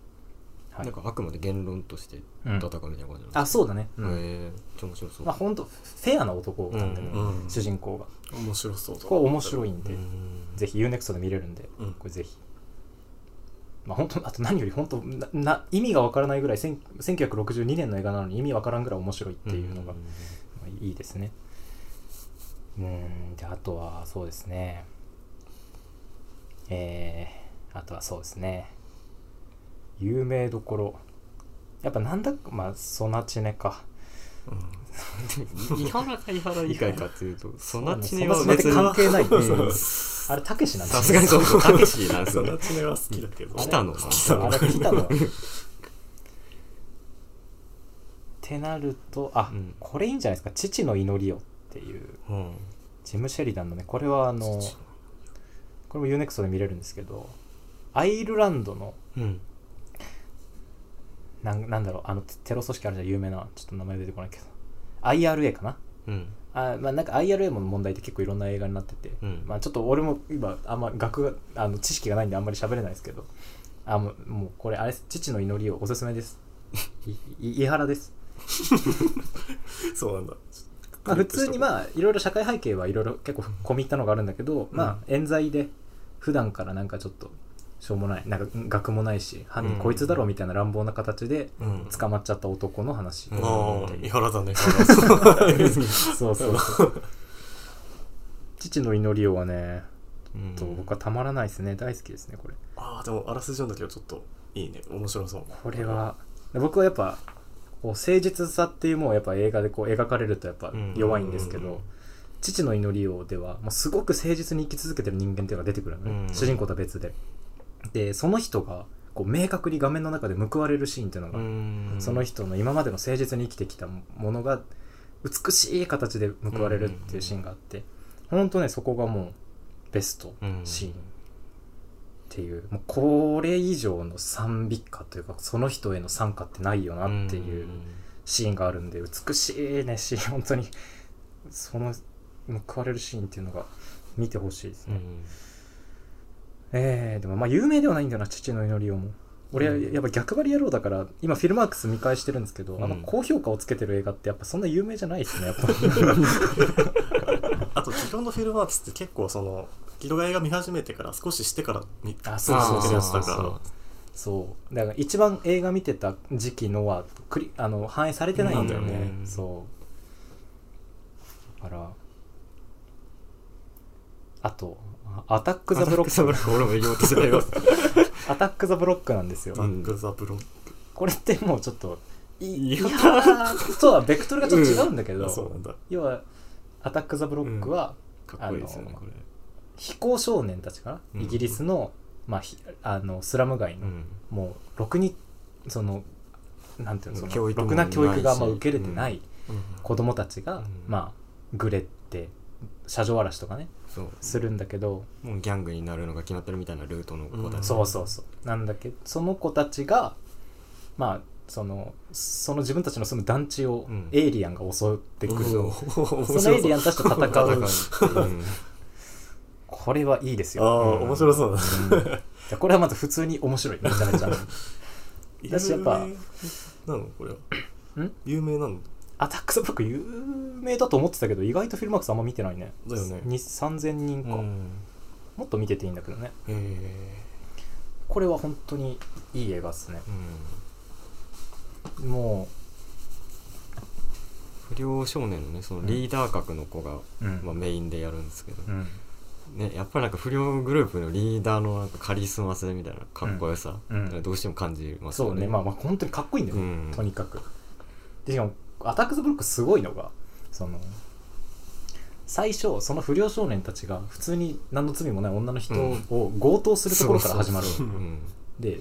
S1: はい
S2: なんかあくまで言論として
S1: うん
S2: 戦うみたいな感じなの
S1: あそうだね、うん
S2: へえ超面白そう
S1: まあほんとフェアな男なんでね、
S2: うん
S3: うん
S1: 主人公が
S3: 面白そうだ
S1: これ面白いんで、
S2: うん
S1: ぜひ UNEXT で見れるんで、
S3: うん
S1: これぜひまあ本当あと何より本当なな意味がわからないぐらいせん1962年の映画なのに意味わからんぐらい面白いっていうのが、まあいいですねうーんであとはそうですねえー、あとはそうですね有名どころやっぱなんだかまあソナチネか
S2: 伊原か伊原以外かっていうとそなちね
S1: ソ
S2: は
S1: ナ
S2: 別
S1: チネ
S2: に
S1: 関係ない、ね
S2: うん
S1: あれたけしなんだ
S2: さすがにそうたけしなんです
S3: そ
S2: よ
S3: ん
S2: ね
S3: な爪は好きだけど
S2: 来たのか
S3: 来たの
S1: あれ来たの (laughs) よってなるとあ、
S2: うん
S1: これいいんじゃないですか「父の祈りよ」っていう
S2: うん
S1: ジム・シェリダンのねこれはあのこれも UNEXT で見れるんですけどアイルランドの
S2: うん
S1: なんなんだろうあのテテロ組織あるじゃん有名なちょっと名前出てこないけど IRA かな
S2: うん
S1: あまあなんか IRA も問題って結構いろんな映画になってて、
S2: うん
S1: まあちょっと俺も今あんま学があの知識がないんであんまり喋れないですけどあもうもうこれあれです父の祈りをおすすめですいい伊原です、
S3: そうなんだ
S1: まあ、普通に
S3: あ
S1: まあいろいろ社会背景はいろいろ結構込み入ったのがあるんだけど、まあ冤罪で普段からなんかちょっとしょうもないなんか学もないし犯人こいつだろみたいな乱暴な形で
S3: うん
S1: 捕まっちゃった男の話、
S2: うん
S3: ああ、井原だね。
S1: (laughs) そうそうそう父の祈りをはね
S2: うん
S1: と僕はたまらないですね大好きですねこれ
S3: ああ、でも、あらすじなんだけど、ちょっと、いいね。面白そう。
S1: これは僕はやっぱこう誠実さっていうものをやっぱ映画でこう描かれるとやっぱ弱いんですけ
S3: うんうんう
S1: ど
S3: ん
S1: 「父の祈りを」ではもうすごく誠実に生き続けてる人間っていうのが出てくるのね、
S2: うん
S1: 主人公とは別ででその人がこう明確に画面の中で報われるシーンっていうのが、
S2: うん
S1: その人の今までの誠実に生きてきたものが美しい形で報われるっていうシーンがあって、ほんとねそこがもうベストシーンっていう,、もうこれ以上の賛美歌というかその人への賛歌ってないよなっていうシーンがあるんで美しいねシーン本当にその報われるシーンっていうのが見てほしいです
S2: う
S1: ね、
S2: ん
S1: えー、でもまあ有名ではないんだよな父の祈りをも俺
S2: うん
S1: やっぱ逆張り野郎だから今フィルマークス見返してるんですけど、あの
S2: うん
S1: 高評価をつけてる映画ってやっぱそんな有名じゃないですねやっぱ
S3: あと、基本のフィルマークスって結構、その、ギロガイが見始めてから、少ししてから見、
S1: あ
S3: そうそうそうそう
S2: あ
S1: そうだから一番映画見てた時期のはクリあの反映されてないんだよね
S2: なんだよね
S1: そうだからあとあアタック・
S2: ー
S1: ザ・ブロ
S2: ザ
S1: ッ
S2: ブ
S1: ク
S2: ロック俺も言おうとしてたよ
S1: アタック・ザ・ブロックなんですよ、
S3: バック・ザ・ブロッ
S1: これってもうちょっとい
S2: (laughs) いや
S1: いや (laughs) ーとはベクトルがちょっと違うんだけど、
S3: ク。そうなんだ。
S1: 要はアタック・ザ・ブロックは
S2: かっこいいですよねこれ
S1: 非行少年たちかな、
S2: うん
S1: イギリスの,、まあ、ひあのスラム街の、
S2: うん
S1: もうろくにそのなんていうのその
S2: 教育
S1: ろ
S2: も
S1: くな教育があんま
S2: ないし
S1: 受けれてない子供たちが、
S2: うん
S1: まあグレって車上荒らしとかね
S2: そう
S1: するんだけど、
S2: もうギャングになるのが決まってるみたいなルートの子たち
S1: そうそうそうなんだけどその子たちがまあそのその自分たちの住む団地を
S2: うん
S1: エイリアンが襲ってくる、
S2: うん
S1: そのエイリアンたちと戦
S2: 戦
S1: う
S2: うっていう
S1: これはいいです
S3: ああ
S1: よ、、
S3: 面白そうだ。
S1: うんいやこれはまず普通に面白いめちゃめちゃ私やっぱ
S3: 有名なのこれは。
S1: ん
S3: 有名なの
S1: アタックスブロック有名だと思ってたけど意外とフィルマークスあんま見てないね
S3: だよね
S1: に3000人か、
S2: うん
S1: もっと見てていいんだけどね
S2: へえ
S1: これは本当にいい映画っすね
S2: うん
S1: も
S2: 不良少年のねそのリーダー格の子が、
S1: う、うん
S2: まあ、メインでやるんですけど、
S1: うん
S2: ね、やっぱりなんか不良グループのリーダーのなんかカリスマ性みたいなかっこよさ、
S1: うんうん
S2: どうしても感じます
S1: そうねまあまあ本当にかっこいいんだよ、
S2: うん
S1: とにかくでしかもアタック・ザ・ブロックすごいのがその最初その不良少年たちが普通に何の罪もない女の人を強盗するところから始まる、
S2: うんうん
S1: で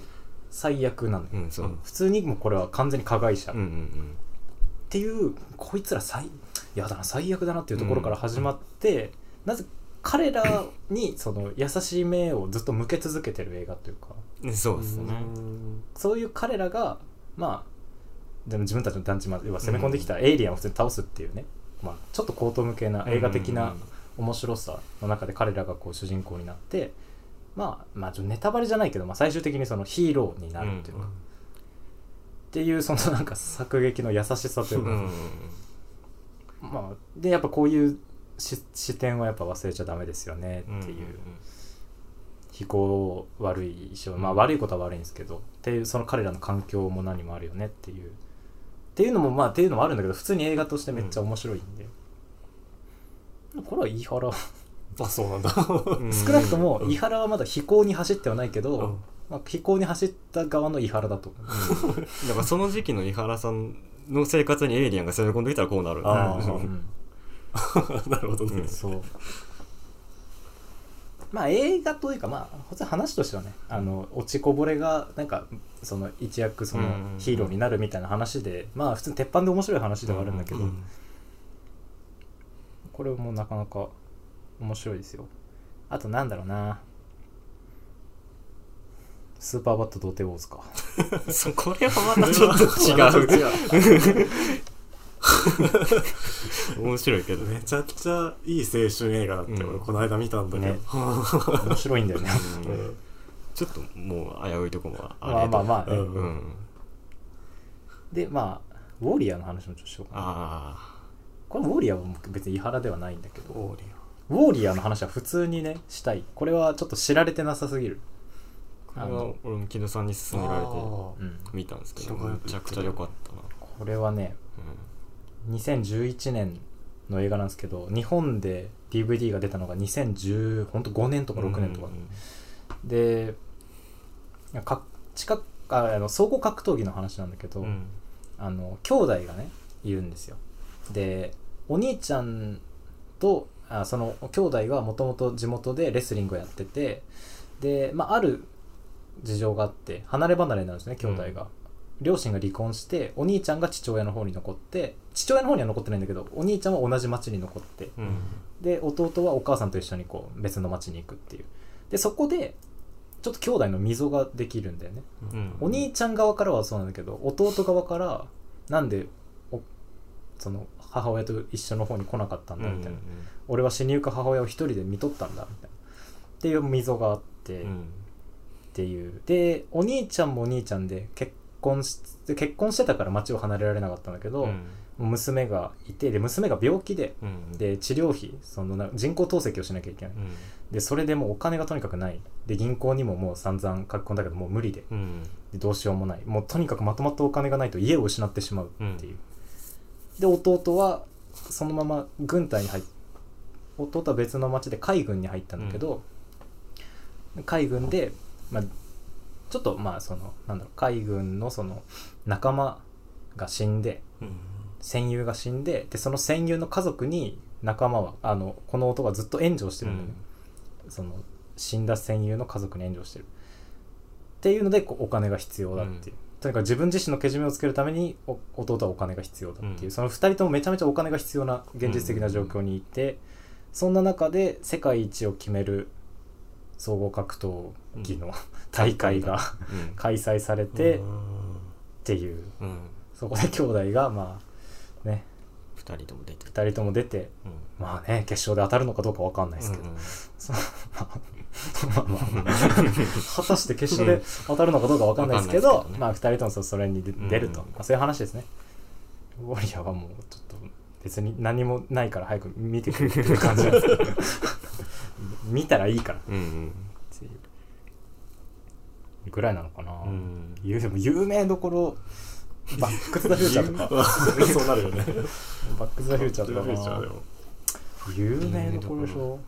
S1: 最悪なのよ、
S2: うんそう、
S3: うん
S1: 普通にもうこれは完全に加害者、
S2: うんうんうん
S1: っていうこいつら最やだな最悪だなっていうところから始まって、なぜ彼らにその優しい目をずっと向け続けてる映画というか
S2: ねそうですね
S1: そういう彼らがまあでも自分たちの団地まで要は攻め込んできたエイリアンを普通に倒すっていうね、まあ、ちょっと高等無形な映画的な面白さの中で彼らがこう主人公になって、まあ、まあちょっとネタバレじゃないけど、まあ、最終的にそのヒーローになるというか、
S2: うん
S1: っていうそのなんか作劇の優しさという
S2: う
S1: か。
S2: んうんうん
S1: まあ、でやっぱこういうし視点はやっぱ忘れちゃダメですよね
S2: うん
S1: っていう、非行悪い一生、まあ、悪いことは悪いんですけどっていうその彼らの環境も何もあるよねっていうっていうのもまあっていうのもあるんだけど普通に映画としてめっちゃ面白いんで、これは飯原は
S3: あ、そうなんだ。
S2: うん
S1: 少なくとも
S3: うん
S1: 飯原はまだ非行に走ってはないけど、
S3: うん
S1: まあ、非行に走った側の飯原だと思う
S2: だからその時期の井原さんの生活にエイリアンが攻め込んできたらこうなる
S3: あー
S2: う
S1: うんん
S3: なるほどね。
S2: うん
S1: そう (laughs) まあ映画というかまあ普通話としてはねあの落ちこぼれがなんかその一躍その
S2: うんうんうん
S1: ヒーローになるみたいな話で、まあ普通に鉄板で面白い話ではあるんだけど、
S3: うん
S1: これもなかなか面白いですよあとなんだろうなスーパーバット童貞ウォーズか
S2: そうこれはまたちょっと違う
S3: 違
S2: 面白いけど
S3: う。めちゃくちゃいい青春映画だって、
S2: うん
S3: 俺この間見たんだけど。
S1: ね面白いんだよね
S2: う
S3: うんん
S2: ちょっともう危ういとこもあ
S1: まあ
S2: れ
S1: まあまあね、
S3: う
S2: うんん
S1: でまあウォーリアーの話もちょっとしようかな
S2: あ
S1: これウォーリアーは別に伊原ではないんだけど
S3: オーリ
S1: ウォーリアーの話は普通にねしたいこれはちょっと知られてなさすぎる
S2: あこれは俺も木戸さんに勧められて
S1: うん、
S2: 見たんですけど
S3: 人がよ
S2: め
S3: く
S2: ち
S3: 言
S2: ゃ
S3: って
S2: く
S3: る
S2: ちゃ良かったな、
S1: これはね2011年の映画なんですけど日本で DVD が出たのが2010ほんと5年と
S2: う
S1: か
S2: ん、
S1: 6年とか、
S2: うん
S1: でか近くああの総合格闘技の話なんだけど、
S2: うん
S1: あの兄弟がねいるんですよでお兄ちゃんとあその兄弟がもともと地元でレスリングをやっててで、まあ、ある事情があって離れ離れになるんですね兄弟が、両親が離婚してお兄ちゃんが父親の方に残って父親の方には残ってないんだけどお兄ちゃんは同じ町に残って
S2: うん
S1: で弟はお母さんと一緒にこう別の町に行くっていうでそこでちょっと兄弟の溝ができるんだよね
S2: うん
S1: お兄ちゃん側からはそうなんだけど弟側からなんでおその母親と一緒の方に来なかったんだみたいな、俺は死にゆく母親を一人で見とったんだみたいなっていう溝があって、
S2: うんうんうん
S1: っていうでお兄ちゃんもお兄ちゃんで結婚し結婚してたから町を離れられなかったんだけど、
S2: うん
S1: 娘がいてで娘が病気で
S2: うん
S1: で治療費そのな人工透析をしなきゃいけない
S2: うん
S1: でそれでもうお金がとにかくないで銀行にももう散々書き込んだけどもう無理で
S2: うん
S1: でどうしようもないもうとにかくまとまったお金がないと家を失ってしまうっていう、で弟はそのまま軍隊に入っ弟は別の町で海軍に入ったんだけど、海軍で、まあ、ちょっとまあそのなんだろう海軍のその仲間が死んで
S2: うん
S1: 戦友が死んででその戦友の家族に仲間はあのこの男はずっと援助をしてるんだよね、その死んだ戦友の家族に援助してるっていうのでこうお金が必要だっていう、とにかく自分自身のけじめをつけるためにお弟はお金が必要だっていう、
S2: うん
S1: その2人ともめちゃめちゃお金が必要な現実的な状況にいて、そんな中で世界一を決める総合格闘技の (laughs) 大会が
S2: うん
S1: 開催されてっ
S3: うん
S1: ていう
S2: うん
S1: そこで兄弟がまあね
S2: 二人とも出てる
S1: 2人とも出て
S2: うん
S1: まあね決勝で当たるのかどうか分かんないですけど、
S2: うん
S1: そのまあまあまあまあ果たして決勝で当たるのかどうか分かんないですけ
S2: わ
S1: ど、
S2: かんないですけどね
S1: まあ2人ともそうそれに出
S2: ん
S1: 出ると、まあ、そういう話ですねウォリアーはもうちょっと別に何もないから早く見てくれっていう感じなんですけど見たらいいからっ
S2: うんうん
S1: ていうぐらいなのかな、
S2: うん
S1: 有でも有名どころバック・トゥ・ザ・フューチャーとか
S3: そうなるよね。
S1: バック・トゥ・ザ・フューチャー
S3: フュー
S1: と
S3: チャ
S1: か
S3: ーで
S1: な
S3: も
S1: 有名どころでしょ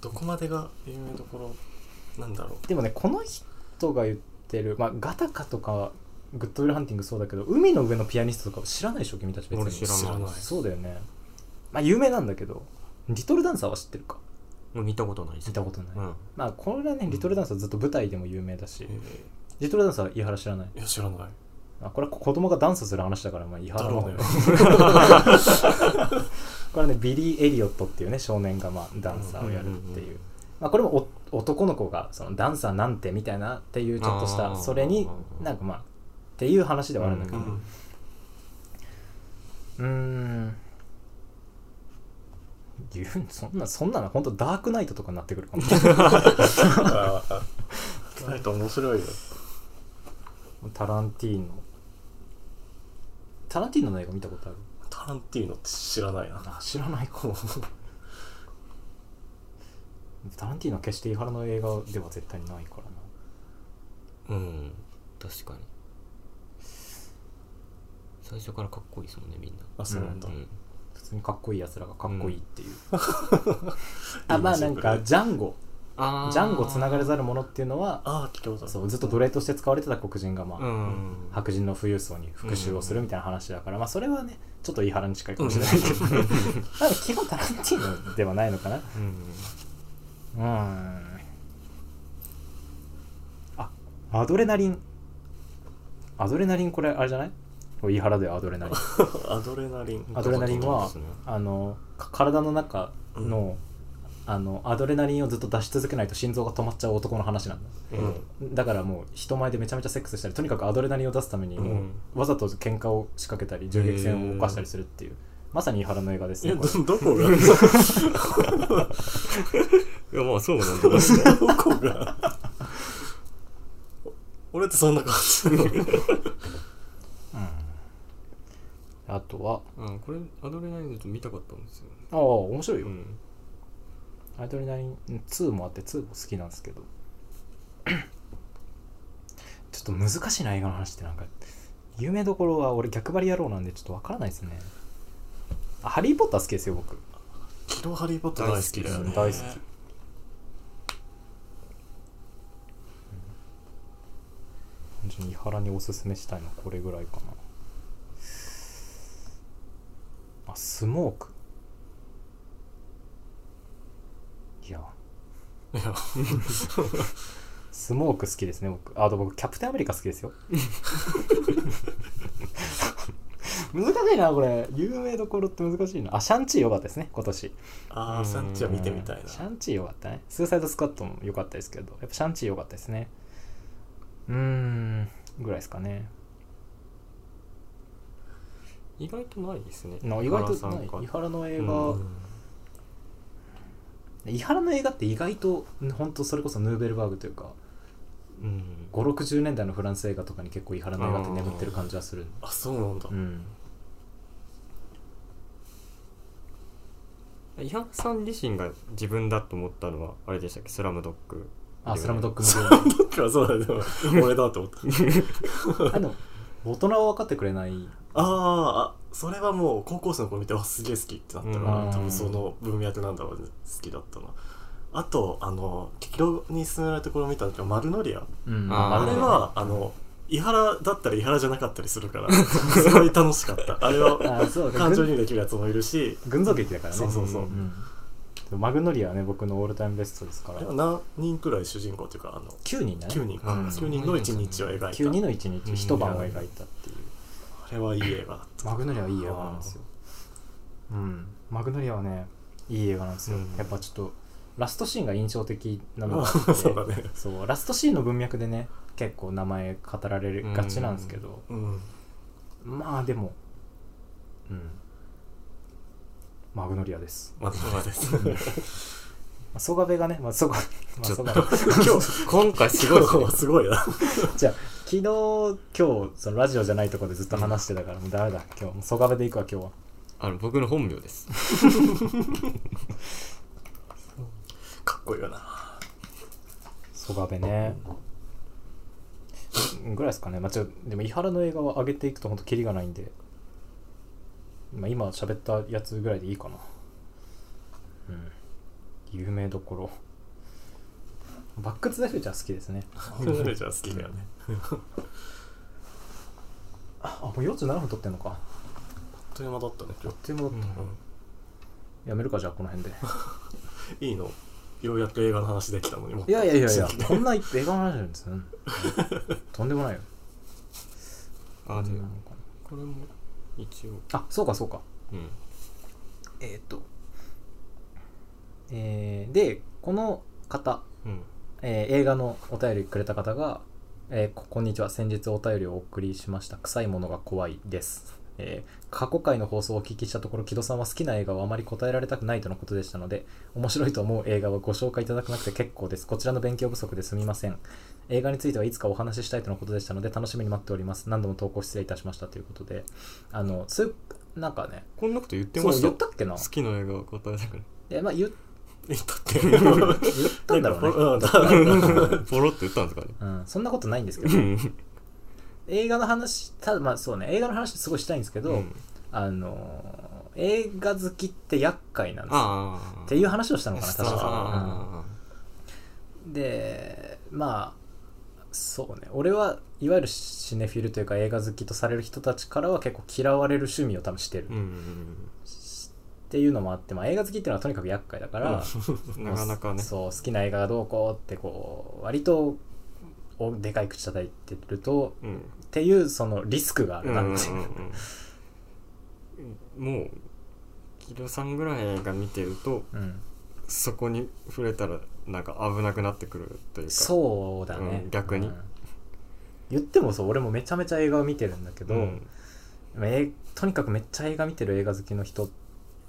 S3: どこまでが有名どころなんだろ
S1: でもねこの人が言ってる、まあ、ガタカとかグッドウィルハンティングそうだけど海の上のピアニストとか知らないでしょ君たち別に
S2: 俺知
S3: う。
S2: ら
S3: 知ら
S2: ない
S3: ない。
S1: そうだよねまあ有名なんだけどリトルダンサーは知ってるか
S2: もう見たことないです
S1: 見たことない、
S2: うん
S1: まあこれはねリトルダンサーずっと舞台でも有名だし、
S3: え
S1: リトルダンサーは井原知らない
S3: ーいや知らない。
S1: あこれは子供がダンスする話だから、まあ、井原
S3: だ
S1: の
S3: ろ
S1: 方
S3: うね
S1: ね。これはねビリー・エリオットっていうね少年が、まあ、ダンサーをやるっていう,、
S2: うんうんうん
S1: まあ、これもお男の子がそのダンサーなんてみたいなっていうちょっとし
S2: あ
S1: た
S2: ー
S1: それになんかまあっていう話ではあるんだけど
S3: うん。
S1: うーん言うそんなそんなの本当ダークナイトとかになってくるかも
S3: ああないと面白いよ。
S1: タランティーノタランティーノの映画見たことある
S3: タランティーノって知らないな。
S1: あ知らないかもタランティーノは決して伊原の映画では絶対にないからな
S2: うん確かに最初からかっこいいですもんねみんな
S3: あそうなんだ
S2: う。ん
S1: 普通にかっこいいやつらがかっこいいっていう、
S3: い
S1: あ (laughs)
S3: い
S1: まあ
S3: シ
S1: な
S3: ン
S1: ん
S3: プル
S1: かジャンゴ
S2: あー
S1: ジャンゴつながれざるものっていうのは
S3: ああ聞いたことある。
S1: そうずっと奴隷として使われてた黒人がまあ、
S2: うん
S1: 白人の富裕層に復讐をするみたいな話だから、まあそれはねちょっと言い原に近いかもしれないけ (laughs) ど、まあ基本タランティーノではないのかな
S2: うん
S1: うーんあアドレナリンアドレナリンこれあれじゃないこれ言い原だよアドレナリン
S3: (laughs) アドレナリン。
S1: アドレナリンは
S2: 見たことないですね
S1: あのか体の中の、あのアドレナリンをずっと出し続けないと心臓が止まっちゃう男の話なんだ
S2: うん
S1: だからもう人前でめちゃめちゃセックスしたりとにかくアドレナリンを出すために
S2: うん
S1: もうわざと喧嘩を仕掛けたり銃撃戦を犯したりするっていう、まさに伊原の映画です
S3: え
S1: ねこれ
S3: どどこが
S2: いやまあそうなん (laughs) だけど
S3: どこがお俺ってそんな感じ。
S1: あとは
S2: うんこれアドレナリンだと見たかったんですよね
S1: ああ面白いうよ、
S2: ん
S1: アドレナリン2もあって2も好きなんですけど (coughs) ちょっと難しいな映画の話ってなんか有名どころは俺逆張り野郎なんでちょっとわからないですねあハリー・ポッター好きですよ僕
S3: 昨日ハリー・ポッター大好きだよね
S1: 大好き本当に伊原におすすめしたいのはこれぐらいかなあスモークいや
S3: いや
S1: スモーク好きですね僕ああと僕キャプテンアメリカ好きです
S3: (laughs)
S1: よ難しいなこれ有名どころって難しいなあシャンチー良かったですね今年
S3: ああサンチは見てみたい
S1: うんシ
S3: な
S1: ャンチー良かったねスーサイドスクワットも良かったですけどやっぱシャンチー良かったですねうーんぐらいですかね
S2: 意外とないですね
S1: の意外と
S2: 原
S1: な
S2: さんか
S1: い伊原の映画、
S3: うん
S1: 伊原の映画って意外と本当それこそヌーベルバーグというか
S2: うん
S1: 560年代のフランス映画とかに結構伊原の映画って眠ってる感じはする
S3: あそうなんだ
S1: うん
S2: 伊原さん自身が自分だと思ったのはあれでしたっけ「スラムドッグ
S1: あ「スラムドッグム
S3: どっかはそうだねでも俺だと思った (laughs)
S1: ーン」あの大人は分かってくれない
S3: あーあそれはもう高校生の頃見てあすげえ好きってなったから、
S1: うん
S3: 多分その文脈なんだろうね好きだったなあとあの劇場に進められた頃見たんだけど「マルノリア」
S1: うん
S2: あー
S3: あれはあの伊原だったら伊原じゃなかったりするから (laughs) すごい楽しかったあれは
S1: あそう
S3: (laughs) 感情移入できるやつもいるし
S1: 群像劇だからね
S3: そうそうそう、
S2: うん
S1: んでもマグノリアはね僕のオールタイムベストですか
S3: あ
S1: ら
S3: れは何人くらい主人公というかあの
S1: 9人だね
S3: 9人か、
S2: うん
S3: 9人の一日を描いた
S1: 9人の一日
S2: うん
S1: 一晩を描いたっていう
S3: あれはいい映画だった
S1: マグノリアはいい映画なんですようんマグノリアはねいい映画なんですよ、
S2: うん
S1: やっぱちょっとラストシーンが印象的なのがあって
S3: あ (laughs) そうだね
S1: そうラストシーンの文脈でね結構名前語られがちなんですけど、
S3: うん
S1: まあでもうんマグノリアです
S3: まだまだ (laughs) です
S1: まあソガベがね、まあ、ソガ、まあ、
S2: (laughs) ちょっ
S1: ソ
S2: と
S1: ガ
S2: 今日今回すごいです
S3: 今日
S2: ね
S3: はすごいな
S1: じゃあ昨日今日そのラジオじゃないところでずっと話してたからもうダメだ今日もうソガベで行くわ今日は
S2: あの僕の本名です
S3: かっこいいよな
S1: ソガベねうんぐらいですかねまあちょでも伊原の映画は上げていくと本当キリがないんで、まあ、今喋ったやつぐらいでいいかなうん有名どころバック・トゥ・ザ・フューチャー好きですね
S3: それじゃ好きだよね
S1: あもう47分撮ってんのか
S3: あっという間だったね今日、
S1: でもやめるかじゃあこの辺で
S3: いいのようやく映画の話できたのにもっ
S1: い
S3: と
S1: やいやいやいや
S3: 好きだね
S1: こんな映画の話なんですよ、うんとんでもないよ
S2: あで
S1: うん
S2: もこれも一応
S1: あそうかそうか
S2: うん
S1: えーっとえーでこの方、
S2: うん
S1: えー映画のお便りくれた方が、えーここんにちは先日お便りをお送りしました臭いものが怖いです、えー過去回の放送をお聞きしたところ木戸さんは好きな映画をあまり答えられたくないとのことでしたので面白いと思う映画はご紹介いただかなくて結構ですこちらの勉強不足ですみません映画についてはいつかお話ししたいとのことでしたので楽しみに待っております何度も投稿失礼いたしましたということであのそういうなんかね
S2: こんなこと言ってま
S1: そう
S2: し
S1: 言
S2: た
S1: ったっけな
S2: 好きな映画を答えたから
S1: えまあ言っ
S3: 言ったって
S1: (laughs) 言ったんだ
S3: (laughs)
S1: ろうね、
S3: なんか (laughs) うんだ
S2: (laughs) ポロって言ったんですかね
S1: うん、そんなことないんですけ
S2: う
S1: ど
S2: ん
S1: 映画の話ただまあそうね映画の話すごいしたいんですけど、
S2: うん
S1: あのー映画好きって厄介なんですよ
S2: ああ
S1: っていう話をしたのかな確か
S2: あ
S1: に、うんでまあそうね俺はいわゆるシネフィルというか映画好きとされる人たちからは結構嫌われる趣味を多分してる、
S2: ー
S1: っ
S2: うん
S1: ていうのもあって、まあ、映画好きっていうのはとにかく厄介だから、
S2: なかなかね
S1: そう好きな映画がどうこうってこう割とおでかい口叩いてると
S2: うん
S1: っていうそのリスクがあ
S2: う
S1: る
S2: ん
S1: な
S2: う
S1: っ
S2: ん
S1: ていう
S2: うんもうキロさんぐらい映画見てると
S1: うん
S2: そこに触れたらなんか危なくなってくるというか
S1: そうだね、
S2: うん逆に
S1: うん言ってもそう俺もめちゃめちゃ映画を見てるんだけど、
S2: うん
S1: えとにかくめっちゃ映画見てる映画好きの人っ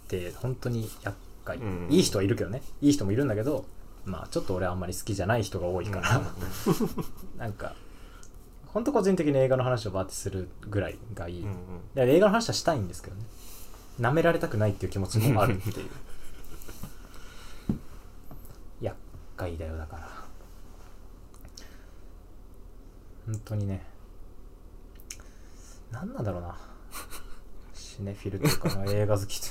S1: て本当に厄介、
S2: うん
S1: いい人はいるけどねいい人もいるんだけどまあちょっと俺あんまり好きじゃない人が多いから、なんか本当個人的に映画の話をバーってするぐらいがいい、
S2: うんうん
S1: いや映画の話はしたいんですけどね舐められたくないっていう気持ちもあるっていう厄介だよだから本当にね何なんだろうなシネフィルとか映画好きって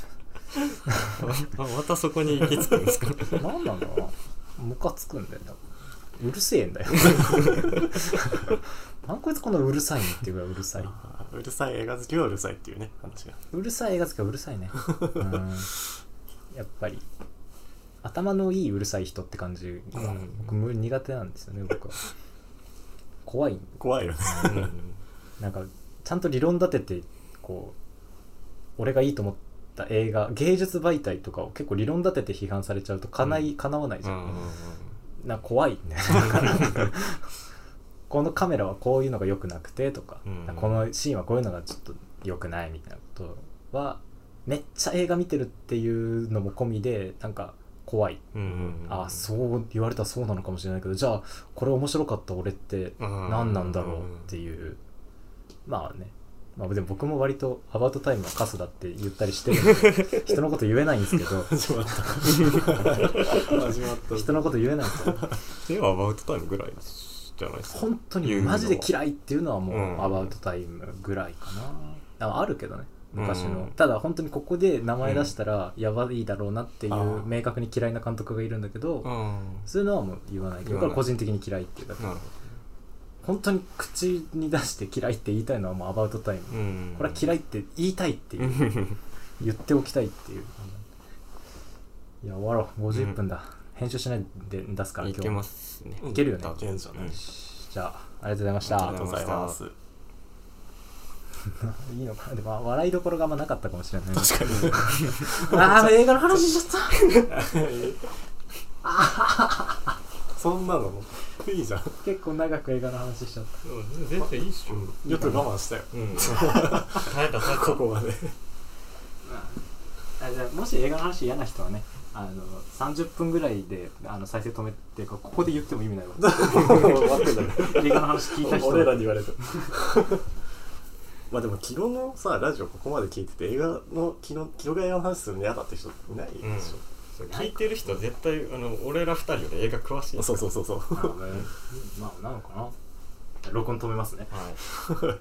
S2: あまたそこに行き着くんですか
S1: 何なんだろうなムカつくんだよ多分うるせえんだよなんこいつこんなうるさいのっていうぐらいうるさい
S3: あーうるさい映画好きはうるさいっていうね話が
S1: うるさい映画好きはうるさいねうんやっぱり頭のいいうるさい人って感じが、
S3: うん
S1: 僕む苦手なんですよね僕は怖い (laughs)
S3: 怖いよね
S2: うん
S1: なんかちゃんと理論立ててこう俺がいいと思った映画芸術媒体とかを結構理論立てて批判されちゃうとかない、叶わないじ
S2: う
S1: ゃん、
S2: ん
S1: なんか怖いね (laughs) このカメラはこういうのが良くなくてとか、
S2: うん
S1: このシーンはこういうのがちょっと良くないみたいなことはめっちゃ映画見てるっていうのも込みでなんか怖い、
S2: うんうん
S1: ああそう言われたらそうなのかもしれないけどじゃあこれ面白かった俺って
S2: うん
S1: 何なんだろうっていう、まあねまあ、でも僕も割と「アバウトタイムはカスだ」って言ったりしてるんで人のこと言えないん
S2: (laughs)
S1: ですけど
S3: 始まった始まっ
S1: (laughs)
S3: た
S1: 人のこと言えないんですよ
S2: ではアバウトタイムぐらいじゃないですか
S1: 本当に
S2: 言うのは
S1: マジで嫌いっていうのはもう、
S2: うん
S1: アバウトタイムぐらいかなああるけどね昔の、
S2: うん
S1: ただ本当にここで名前出したらやばいだろうなってい
S3: あー
S1: う明確に嫌いな監督がいるんだけど、
S2: うん
S1: そういうのはもう言わないけど
S2: 言わ
S1: こ
S2: な
S1: れ
S2: い
S1: 個人的に嫌いっていうだけ
S2: なるほ
S1: 本当に口に出して嫌いって言いたいのはもうアバウトタイム、
S2: どうん
S1: これは嫌いって言いたいっていう、言っておきたいっていういや終わろう50分だ、編集しないで出すから
S2: い
S1: 今
S2: け
S1: 日も
S2: ますね
S1: いけるよね
S2: 多分
S3: いけんじゃない
S2: うん
S1: じゃあありがとうございまし
S3: あり
S1: た
S3: がとうございます
S1: いいのかなでも笑いどころがあんまなかったかもしれない
S3: 確かに
S1: (laughs) ああ映画の話しちゃっ
S3: そんなのいいじゃん
S1: た (laughs) 結構長く映画の話しちゃった
S2: うん全然いいっしょ
S3: よく我慢したよ
S2: うん耐えた耐えた
S3: ここまで
S1: あじゃあもし映画の話嫌な人はねあの30分ぐらいであの再生止めてここで言っても意味 (laughs) ないわ
S3: 終わってんだ
S1: 映画の話聞いた人
S3: 俺らに言われたまあでも昨日のさラジオここまで聞いてて映画の昨日昨日が映画の話するの嫌だって人いないでし
S2: そう聞いてる人は絶対あの俺ら二人より映画詳しい
S3: ょ、そうそううそうそう
S1: あのまあなのかな録音止めますね
S2: はい